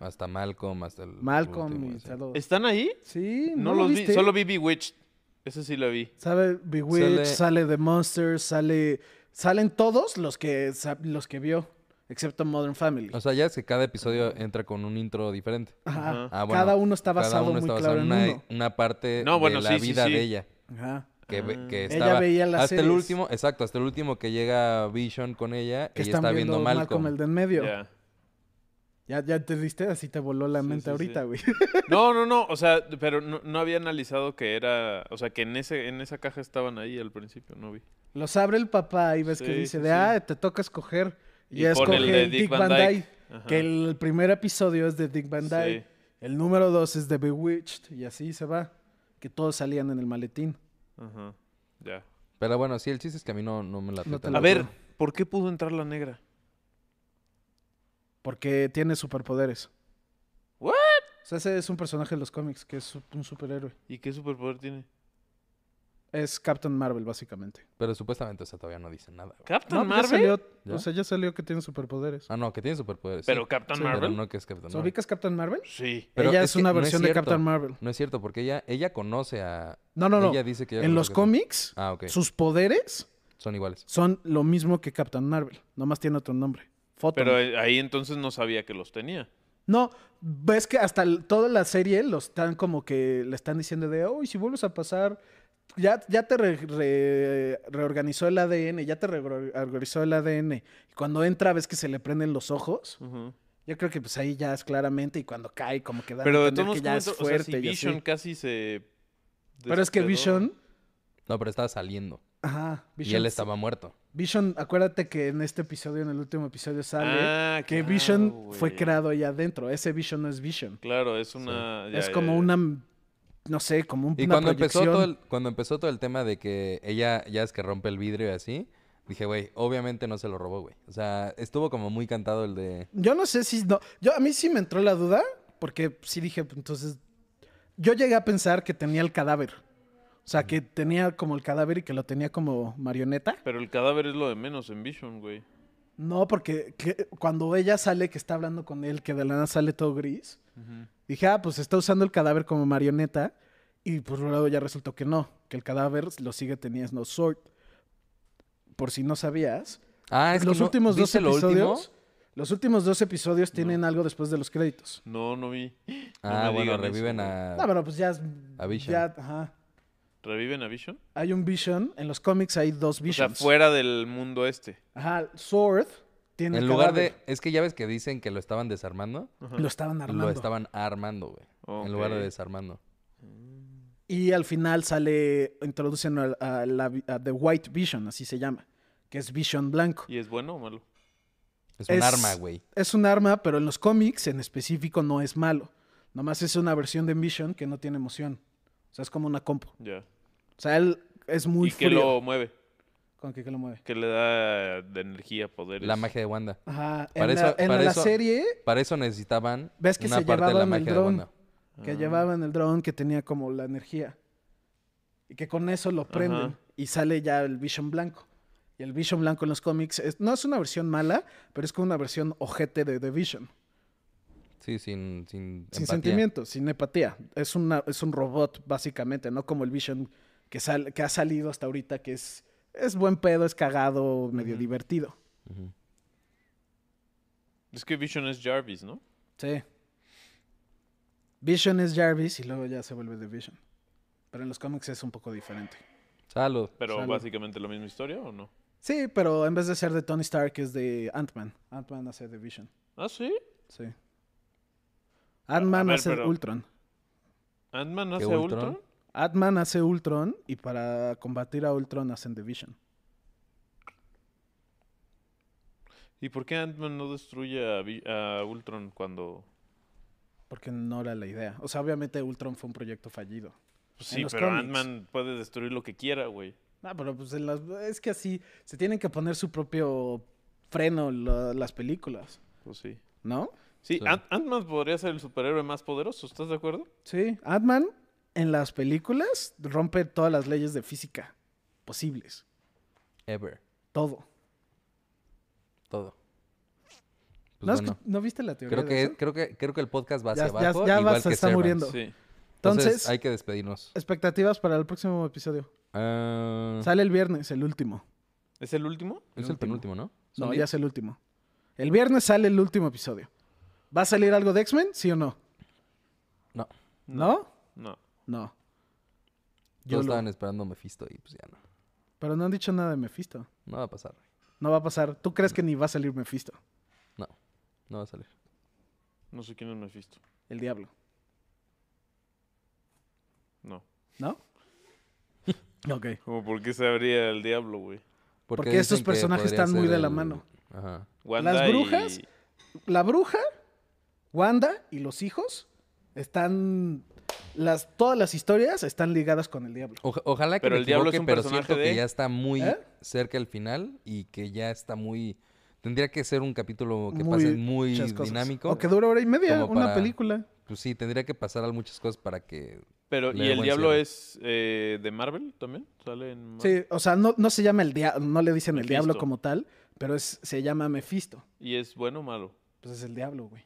Speaker 1: Hasta Malcolm, hasta el
Speaker 2: Malcolm
Speaker 1: último,
Speaker 2: y
Speaker 1: así.
Speaker 2: todo.
Speaker 5: ¿Están ahí?
Speaker 2: Sí,
Speaker 5: No,
Speaker 2: no, lo
Speaker 5: los
Speaker 2: viste.
Speaker 5: vi, solo vi Bewitched. Ese sí lo vi.
Speaker 2: Sabe Bewitched,
Speaker 1: Sale-
Speaker 2: sale The Monsters, sale... Salen todos los que, sa- los que vio. Excepto Modern Family.
Speaker 1: O sea, ya es que cada episodio entra con un intro diferente.
Speaker 2: Ajá.
Speaker 5: Ajá.
Speaker 1: Ah, bueno,
Speaker 2: cada uno está
Speaker 1: cada
Speaker 2: basado
Speaker 1: uno
Speaker 2: muy
Speaker 1: está basado
Speaker 2: claro en
Speaker 1: una,
Speaker 2: uno.
Speaker 1: una parte
Speaker 5: No,
Speaker 1: de
Speaker 5: bueno,
Speaker 1: la
Speaker 5: sí, sí,
Speaker 1: vida
Speaker 5: sí.
Speaker 1: de ella.
Speaker 2: Ajá.
Speaker 1: Que, ve-
Speaker 5: Ah.
Speaker 1: que
Speaker 2: Ella
Speaker 1: estaba
Speaker 2: veía las
Speaker 1: hasta el
Speaker 2: series.
Speaker 1: último, exacto, hasta el último que llega Vision con ella,
Speaker 2: Que
Speaker 1: ella
Speaker 2: están
Speaker 1: está viendo, Malcolm.
Speaker 2: el de en medio.
Speaker 5: Ya.
Speaker 2: Ya, ya te diste, así te voló la
Speaker 5: Sí,
Speaker 2: mente
Speaker 5: sí, sí.
Speaker 2: ahorita, güey.
Speaker 5: No, no, no. O sea, pero no, no había analizado que era. O sea, que en, ese, en esa caja estaban ahí al principio, no vi.
Speaker 2: Los abre el papá y ves que
Speaker 5: Sí,
Speaker 2: dice
Speaker 5: sí,
Speaker 2: de,
Speaker 5: sí.
Speaker 2: ah, te toca escoger. Y,
Speaker 5: Y
Speaker 2: ya escoge
Speaker 5: pone el
Speaker 2: el
Speaker 5: de
Speaker 2: Dick, Van Dyke.
Speaker 5: Ajá.
Speaker 2: Que el primer episodio es de Dick Van Dyke.
Speaker 5: Sí.
Speaker 2: El número dos es de Bewitched. Y así se va. Que todos salían en el maletín.
Speaker 5: Ajá. Ya.
Speaker 1: Pero bueno, sí, el chiste es que a mí no, no me la
Speaker 2: No te
Speaker 1: tanto.
Speaker 2: la
Speaker 5: A ver, ¿por qué pudo entrar la negra?
Speaker 2: Porque tiene superpoderes.
Speaker 5: What?
Speaker 2: O sea, ese es un personaje de los cómics que es un superhéroe.
Speaker 5: ¿Y qué superpoder tiene?
Speaker 2: es Captain Marvel, básicamente.
Speaker 1: Pero supuestamente, o sea, todavía no dicen nada. güey.
Speaker 2: No,
Speaker 5: ¿Captain
Speaker 2: pues
Speaker 5: Marvel?
Speaker 2: ya salió,
Speaker 1: ¿Ya?
Speaker 2: O sea, ya salió que tiene superpoderes.
Speaker 1: Ah, no, que tiene superpoderes. sí.
Speaker 5: ¿Pero Captain
Speaker 2: Sí,
Speaker 1: Pero
Speaker 5: Marvel?
Speaker 1: no que es Captain
Speaker 2: ¿Se
Speaker 1: Marvel.
Speaker 2: ubicas Captain Marvel?
Speaker 5: Sí.
Speaker 1: Pero
Speaker 2: ella es,
Speaker 1: que
Speaker 2: una
Speaker 1: no
Speaker 2: versión de
Speaker 1: cierto.
Speaker 2: Captain Marvel.
Speaker 1: No es cierto, porque ella, ella conoce a.
Speaker 2: No, no, no.
Speaker 1: Ella dice que ella
Speaker 2: en
Speaker 1: conoce
Speaker 2: los
Speaker 1: a Captain-
Speaker 2: cómics,
Speaker 1: Ah, ok.
Speaker 2: sus poderes
Speaker 1: Son iguales.
Speaker 2: son lo mismo que Captain Marvel. Nomás tiene otro nombre. Photon.
Speaker 5: Pero eh, ahí entonces no sabía que los tenía.
Speaker 2: No, ves que hasta el- toda la serie lo están como que le están diciendo de, uy, si vuelves a pasar, ya, ya te re- re- reorganizó el ADN, ya te re- reorganizó el ADN. Y cuando entra ves que se le prenden los ojos.
Speaker 5: Ujú.
Speaker 2: Yo creo que pues ahí ya es claramente y cuando cae como que da a
Speaker 5: Pero de
Speaker 2: entender
Speaker 5: todos modos,
Speaker 2: que ya
Speaker 5: ¿cómo
Speaker 2: es
Speaker 5: entró? O sea, si
Speaker 2: fuerte y así.
Speaker 5: Vision casi se...
Speaker 2: Pero es que
Speaker 5: despedó.
Speaker 2: Vision,
Speaker 1: No, pero estaba saliendo.
Speaker 2: ajá, Vision,
Speaker 1: Y él estaba muerto.
Speaker 2: Vision, acuérdate que en este episodio, en el último episodio sale
Speaker 5: Ah,
Speaker 2: que
Speaker 5: claro,
Speaker 2: Vision fue
Speaker 5: güey.
Speaker 2: creado allá adentro. Ese Vision no es Vision.
Speaker 5: Claro, es una... ya,
Speaker 2: es
Speaker 5: ya,
Speaker 2: como
Speaker 5: ya.
Speaker 2: una, no sé, como un,
Speaker 1: Y
Speaker 2: una
Speaker 1: cuando empezó,
Speaker 2: proyección.
Speaker 1: todo el, cuando empezó todo el tema de que ella ya es que rompe el vidrio y así, dije, güey, obviamente no se lo robó, güey. O sea, estuvo como muy cantado el de.
Speaker 2: Yo no sé si no. Yo a mí sí me entró la duda, porque sí dije, pues, entonces. Yo llegué a pensar que tenía el cadáver. O sea, que tenía como el cadáver y que lo tenía como marioneta.
Speaker 5: Pero el cadáver es lo de menos en Vision, güey.
Speaker 2: No, porque que- cuando ella sale, que está hablando con él, que de la nada sale todo gris, dije, ah, pues está usando el cadáver como marioneta. Y por un lado ya resultó que no, que el cadáver lo sigue teniendo Sword. Por si no sabías,
Speaker 1: Ah, es que
Speaker 2: los
Speaker 1: no-
Speaker 2: últimos dos
Speaker 1: ¿viste lo último?
Speaker 2: episodios. Los últimos dos episodios tienen algo después de los créditos.
Speaker 5: No, no vi.
Speaker 1: Ah,
Speaker 5: me
Speaker 1: bueno,
Speaker 5: digan eso,
Speaker 1: reviven
Speaker 5: güey.
Speaker 1: a.
Speaker 2: No, pero pues ya es.
Speaker 1: Ah. A Vision.
Speaker 2: ya, ajá.
Speaker 5: ¿Reviven a Vision?
Speaker 2: Hay un Vision. En los cómics hay dos Visions.
Speaker 5: O sea, fuera del mundo este.
Speaker 2: Ajá, Sword tiene.
Speaker 1: En
Speaker 2: el
Speaker 1: lugar de.
Speaker 2: cadáver.
Speaker 1: Es que ya ves que dicen que lo estaban desarmando.
Speaker 2: Lo estaban armando.
Speaker 1: Lo estaban armando, güey. En lugar de
Speaker 5: Ok.
Speaker 1: desarmando.
Speaker 2: Y al final sale. Introducen al- a, la vi- a The White Vision, así se llama. Que es Vision blanco.
Speaker 5: ¿Y es bueno o malo?
Speaker 1: Es un
Speaker 2: Es-
Speaker 1: arma, güey.
Speaker 2: Es un arma, pero en los cómics en específico no es malo. Nomás es una versión de Vision que no tiene emoción. O sea, es como una compo.
Speaker 5: Ya.
Speaker 2: O sea, él es muy
Speaker 5: y que
Speaker 2: frío.
Speaker 5: lo mueve,
Speaker 2: ¿Con qué que lo mueve?
Speaker 5: que le da de energía, poderes.
Speaker 1: La magia de Wanda.
Speaker 2: Ajá.
Speaker 1: Para
Speaker 2: en
Speaker 1: eso-
Speaker 2: la, en
Speaker 1: para
Speaker 2: la
Speaker 1: eso-
Speaker 2: serie
Speaker 1: Para eso necesitaban
Speaker 2: ¿Ves que
Speaker 1: una
Speaker 2: se
Speaker 1: parte de la
Speaker 2: llevaban el
Speaker 1: magia de
Speaker 2: dron?
Speaker 1: Wanda.
Speaker 5: Ah.
Speaker 2: Que llevaban el dron que tenía como la energía. Y que con eso lo prenden.
Speaker 5: Ajá.
Speaker 2: Y sale ya el Vision Blanco. Y el Vision Blanco en los cómics es- no es una versión mala, pero es como una versión ojete de The Vision.
Speaker 1: Sí, sin, sin,
Speaker 2: Sin
Speaker 1: empatía.
Speaker 2: sentimientos, sin empatía. Es, una, es un robot, básicamente, no como el Vision que, sal- que ha salido hasta ahorita, que es, es buen pedo, es cagado, medio
Speaker 5: Ujú.
Speaker 2: divertido.
Speaker 1: Ujú.
Speaker 5: Ah. Es que Vision es Jarvis, ¿no?
Speaker 2: Sí. Vision es Jarvis y luego ya se vuelve The Vision. Pero en los cómics es un poco diferente.
Speaker 1: Salud.
Speaker 5: Pero
Speaker 2: Salud.
Speaker 5: básicamente la misma historia o no?
Speaker 2: Sí, pero en vez de ser de Tony Stark es de Ant-Man. Ant-Man hace The Vision.
Speaker 5: Ah, sí.
Speaker 2: Sí. Ant-Man
Speaker 5: ver,
Speaker 2: hace
Speaker 5: pero-
Speaker 2: Ultron.
Speaker 5: Ant-Man
Speaker 1: ¿Qué
Speaker 5: hace
Speaker 1: Ultron?
Speaker 5: Ultron.
Speaker 2: Ant-Man hace Ultron y para combatir a Ultron hacen The Vision.
Speaker 5: ¿Y por qué Ant-Man no destruye a, Vi- a Ultron cuando.?
Speaker 2: Porque no era la idea. O sea, obviamente Ultron fue un proyecto fallido.
Speaker 5: Pues
Speaker 2: En
Speaker 5: sí,
Speaker 2: los
Speaker 5: pero
Speaker 2: cómics.
Speaker 5: Ant-Man puede destruir lo que quiera, güey.
Speaker 2: Ah, pero pues en las- es que así se tienen que poner su propio freno la- las películas,
Speaker 5: Pues sí.
Speaker 2: ¿no?
Speaker 5: Sí,
Speaker 1: Sí.
Speaker 5: Ant- Ant-Man podría ser el superhéroe más poderoso, ¿estás de acuerdo?
Speaker 2: Sí, Ant-Man en las películas rompe todas las leyes de física posibles.
Speaker 1: Ever.
Speaker 2: Todo.
Speaker 1: Todo. Pues
Speaker 2: ¿No, has-
Speaker 1: bueno.
Speaker 2: ¿no viste la teoría?
Speaker 1: Creo
Speaker 2: de
Speaker 1: que,
Speaker 2: eso?
Speaker 1: creo, que, creo que el podcast va
Speaker 2: Ya-
Speaker 1: hacia
Speaker 2: ya-
Speaker 1: abajo.
Speaker 2: ya
Speaker 1: igual
Speaker 2: vas-
Speaker 1: que
Speaker 2: está
Speaker 1: Severance.
Speaker 2: muriendo.
Speaker 5: Sí.
Speaker 1: Entonces,
Speaker 2: Entonces,
Speaker 1: hay que despedirnos.
Speaker 2: expectativas para el próximo episodio.
Speaker 1: Ah,
Speaker 2: Sale el viernes, el último.
Speaker 5: ¿Es el último?
Speaker 1: es el penúltimo, ¿no?
Speaker 2: No,
Speaker 1: Son
Speaker 2: ya
Speaker 1: diez.
Speaker 2: es el último. El viernes sale el último episodio. ¿Va a salir algo de X-Men? ¿Sí o no?
Speaker 1: No.
Speaker 2: ¿No?
Speaker 5: No.
Speaker 2: No. Yo
Speaker 1: Todos
Speaker 2: lo-
Speaker 1: estaban esperando Mephisto y pues ya no.
Speaker 2: Pero no han dicho nada de Mephisto.
Speaker 1: No va a pasar.
Speaker 2: No va a pasar. ¿Tú crees que ni va a salir Mephisto?
Speaker 1: No. No va a salir.
Speaker 5: No sé quién es Mephisto.
Speaker 2: El diablo.
Speaker 5: No.
Speaker 2: ¿No? ok.
Speaker 5: Como por qué sabría el diablo, güey.
Speaker 2: Porque estos
Speaker 1: dicen que
Speaker 2: personajes
Speaker 1: podría
Speaker 2: están muy
Speaker 1: ser
Speaker 2: de la
Speaker 1: el-
Speaker 2: mano.
Speaker 1: Ajá.
Speaker 5: Wanda
Speaker 2: brujas?
Speaker 5: y-
Speaker 2: La bruja, Wanda y los hijos están... Las, todas las historias están ligadas con el diablo.
Speaker 1: Oja- ojalá que
Speaker 5: Pero
Speaker 1: me
Speaker 5: el diablo es
Speaker 1: equivoque,
Speaker 5: un
Speaker 1: pero
Speaker 5: personaje
Speaker 1: siento que
Speaker 5: de-
Speaker 1: ya está muy
Speaker 2: ¿Eh?
Speaker 1: cerca el final y que ya está muy... Tendría que ser un capítulo que
Speaker 2: Muy-
Speaker 1: pase muy
Speaker 2: muchas cosas.
Speaker 1: dinámico.
Speaker 2: O que dura hora y media,
Speaker 1: como
Speaker 2: una
Speaker 1: para-
Speaker 2: película.
Speaker 1: Pues sí, tendría que pasar muchas cosas para que
Speaker 5: Pero,
Speaker 1: Le
Speaker 5: ¿y el
Speaker 1: buen
Speaker 5: diablo
Speaker 1: cierre.
Speaker 5: es eh, de Marvel también? ¿Sale en Mar-
Speaker 2: Sí, o sea, no, no se llama el diablo, no le dicen el diablo
Speaker 5: Mephisto.
Speaker 2: como tal, pero es- se llama Mephisto.
Speaker 5: ¿Y es bueno o malo?
Speaker 2: Pues es el diablo, güey.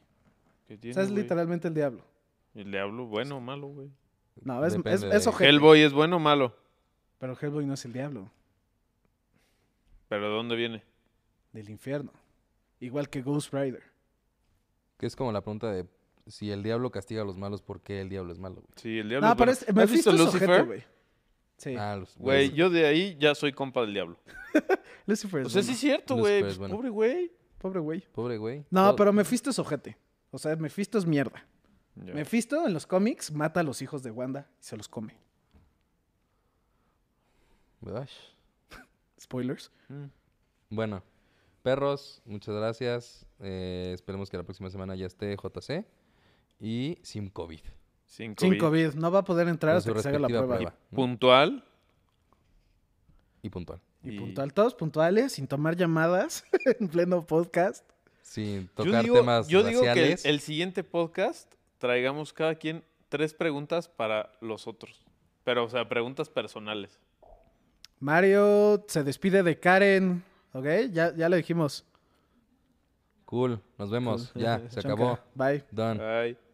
Speaker 5: ¿Qué
Speaker 2: O
Speaker 5: tiene,
Speaker 2: sea, es
Speaker 5: güey?
Speaker 2: literalmente el diablo.
Speaker 5: El diablo, bueno o malo, güey.
Speaker 2: No, es, es,
Speaker 1: Depende
Speaker 2: es
Speaker 1: de-
Speaker 2: ojete,
Speaker 5: Hellboy es bueno o malo.
Speaker 2: Pero Hellboy no es el diablo,
Speaker 5: ¿Pero de dónde viene?
Speaker 2: del infierno. Igual que Ghost Rider.
Speaker 1: Que es como la pregunta de si el diablo castiga a los malos, ¿por qué el diablo es malo? güey?
Speaker 5: Sí, el diablo.
Speaker 2: No,
Speaker 5: es
Speaker 2: pero
Speaker 5: bueno.
Speaker 2: es,
Speaker 5: ¿Has
Speaker 2: Mephisto
Speaker 5: visto
Speaker 2: es
Speaker 5: Lucifer?
Speaker 2: ojete, güey. Sí,
Speaker 1: Ah, los
Speaker 5: Güey,
Speaker 1: los-
Speaker 5: yo de ahí ya soy compa del diablo.
Speaker 2: Lucifer es
Speaker 5: O sea,
Speaker 2: Pues bueno.
Speaker 5: sí es cierto,
Speaker 1: Lucifer
Speaker 5: güey.
Speaker 1: es
Speaker 5: pues,
Speaker 1: bueno.
Speaker 5: Pobre güey.
Speaker 2: Pobre güey.
Speaker 1: Pobre güey.
Speaker 2: No,
Speaker 1: Todo-
Speaker 2: pero Mephisto es ojete. O sea, Mephisto es mierda.
Speaker 5: Ya.
Speaker 2: Mephisto en los cómics mata a los hijos de Wanda y se los come.
Speaker 1: Ush.
Speaker 2: Spoilers.
Speaker 5: Mm.
Speaker 1: Bueno, perros, muchas gracias. Eh, esperemos que la próxima semana ya esté JC y sin COVID.
Speaker 5: Sin COVID.
Speaker 2: Sin COVID. No va a poder entrar
Speaker 1: Con
Speaker 2: hasta
Speaker 1: su
Speaker 2: que se haga la
Speaker 1: respectiva
Speaker 2: prueba.
Speaker 1: ¿no?
Speaker 5: Puntual.
Speaker 1: Y puntual.
Speaker 2: Y,
Speaker 5: Y-
Speaker 2: puntual, todos puntuales, sin tomar llamadas en pleno podcast.
Speaker 1: Sin
Speaker 5: Yo
Speaker 1: tocar
Speaker 5: digo,
Speaker 1: temas
Speaker 5: yo digo que el,
Speaker 1: raciales.
Speaker 5: el siguiente podcast traigamos cada quien tres preguntas para los otros. Pero, o sea, preguntas personales.
Speaker 2: Mario se despide de Karen. ¿Ok? Ya, ya lo dijimos.
Speaker 1: Cool, nos vemos. Ya, se acabó.
Speaker 2: Bye.
Speaker 1: Done.
Speaker 5: Ay.